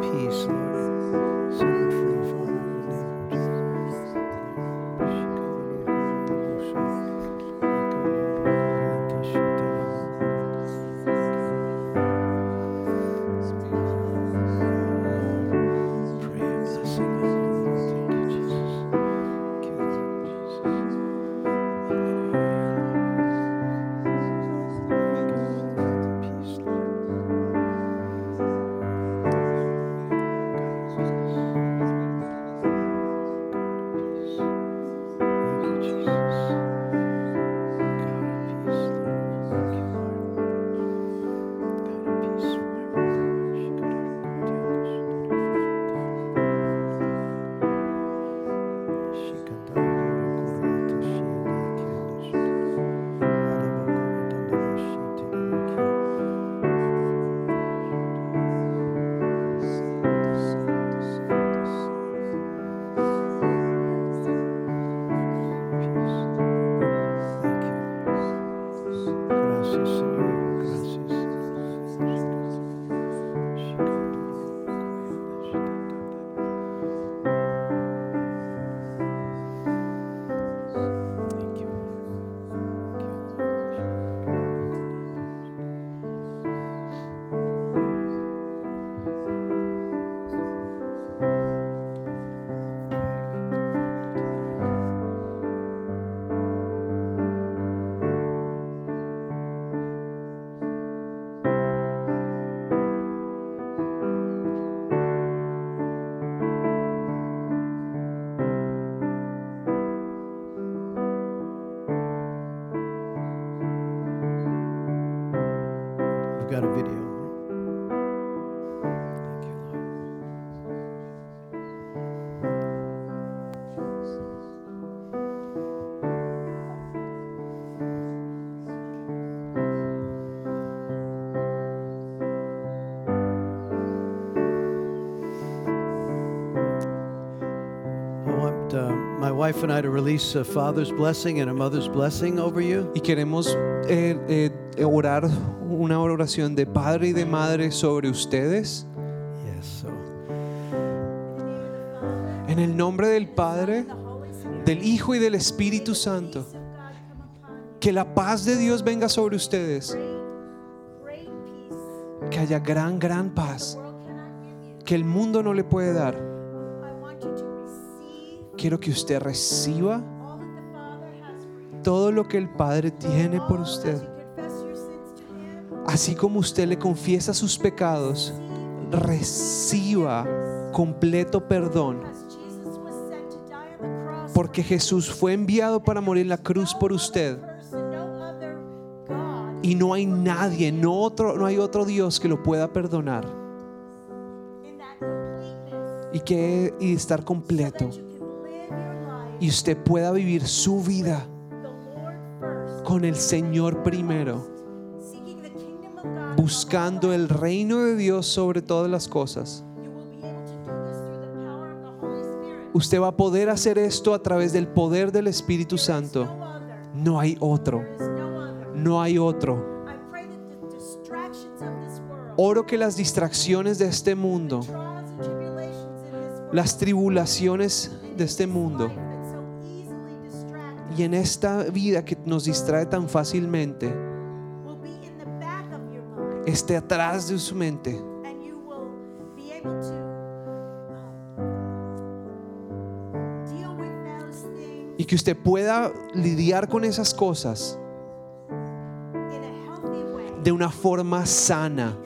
Speaker 2: peace, Lord. Set them free, Father, in the name of Jesus. Pray a blessing on them. Thank you, Jesus. Gracias, Señor. Gracias. Thank you. We've got a video. Thank you, Lord. I want uh, my wife and I to release a father's blessing and a mother's blessing over you.
Speaker 3: Y queremos eh, eh, orar una oración de padre y de madre sobre ustedes.
Speaker 2: Yes, so
Speaker 3: En el nombre del Padre, del Hijo y del Espíritu Santo. Que la paz de Dios venga sobre ustedes. Que haya gran, gran paz que el mundo no le puede dar. Quiero que usted reciba todo lo que el Padre tiene por usted. Así como usted le confiesa sus pecados, reciba completo perdón. Porque Jesús fue enviado para morir en la cruz por usted. Y no hay nadie, no, otro, no hay otro Dios que lo pueda perdonar. Y, que, y estar completo. Y usted pueda vivir su vida con el Señor primero. Buscando el reino de Dios sobre todas las cosas. Usted va a poder hacer esto a través del poder del Espíritu Santo. No hay otro. No hay otro. Oro que las distracciones de este mundo, las tribulaciones de este mundo y en esta vida que nos distrae tan fácilmente, esté atrás de su mente y que usted pueda lidiar con esas cosas de una forma sana.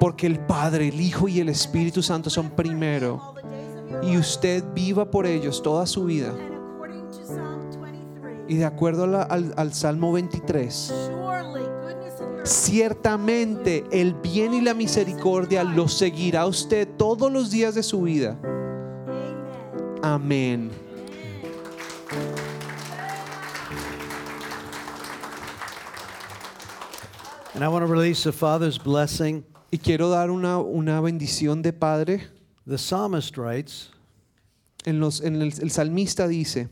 Speaker 3: Porque el Padre, el Hijo y el Espíritu Santo son primero. Y usted viva por ellos toda su vida. Y de acuerdo a la- al, al Salmo 23, ciertamente el bien y la misericordia lo seguirá a usted todos los días de su vida. Amén.
Speaker 2: And I want to release a father's blessing.
Speaker 3: Y quiero dar una, una bendición de Padre.
Speaker 2: The psalmist writes,
Speaker 3: En los, en el, el salmista dice,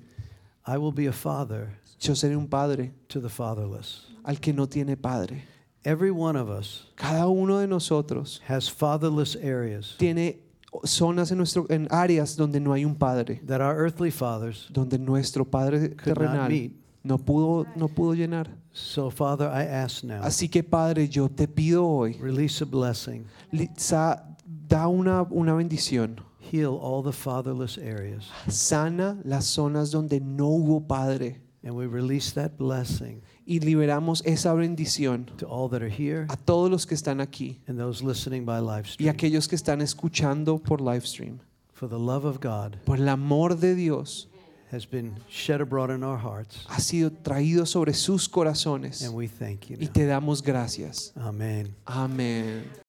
Speaker 2: I will be a father
Speaker 3: yo seré un padre
Speaker 2: to the fatherless
Speaker 3: al que no tiene padre
Speaker 2: Every one of us
Speaker 3: Cada uno de nosotros
Speaker 2: has fatherless areas
Speaker 3: tiene zonas en, nuestro, en áreas donde no hay un padre,
Speaker 2: that our earthly fathers.
Speaker 3: donde nuestro padre
Speaker 2: not meet.
Speaker 3: terrenal no pudo, no pudo llenar.
Speaker 2: So, Father, I ask now,
Speaker 3: Así que Padre, yo te pido hoy,
Speaker 2: release a blessing,
Speaker 3: li- sa- da una, una bendición.
Speaker 2: heal all the fatherless areas.
Speaker 3: Sana las zonas donde no hubo padre
Speaker 2: And we release that blessing
Speaker 3: y liberamos esa bendición
Speaker 2: to all that are here
Speaker 3: a todos los que están aquí
Speaker 2: and those listening by live
Speaker 3: y
Speaker 2: stream.
Speaker 3: aquellos que están escuchando por live stream.
Speaker 2: For the love of God
Speaker 3: Por el amor de Dios
Speaker 2: has been shed abroad in our hearts,
Speaker 3: ha sido traído sobre sus corazones
Speaker 2: and we thank you.
Speaker 3: y
Speaker 2: Now.
Speaker 3: te damos gracias.
Speaker 2: Amen.
Speaker 3: Amén.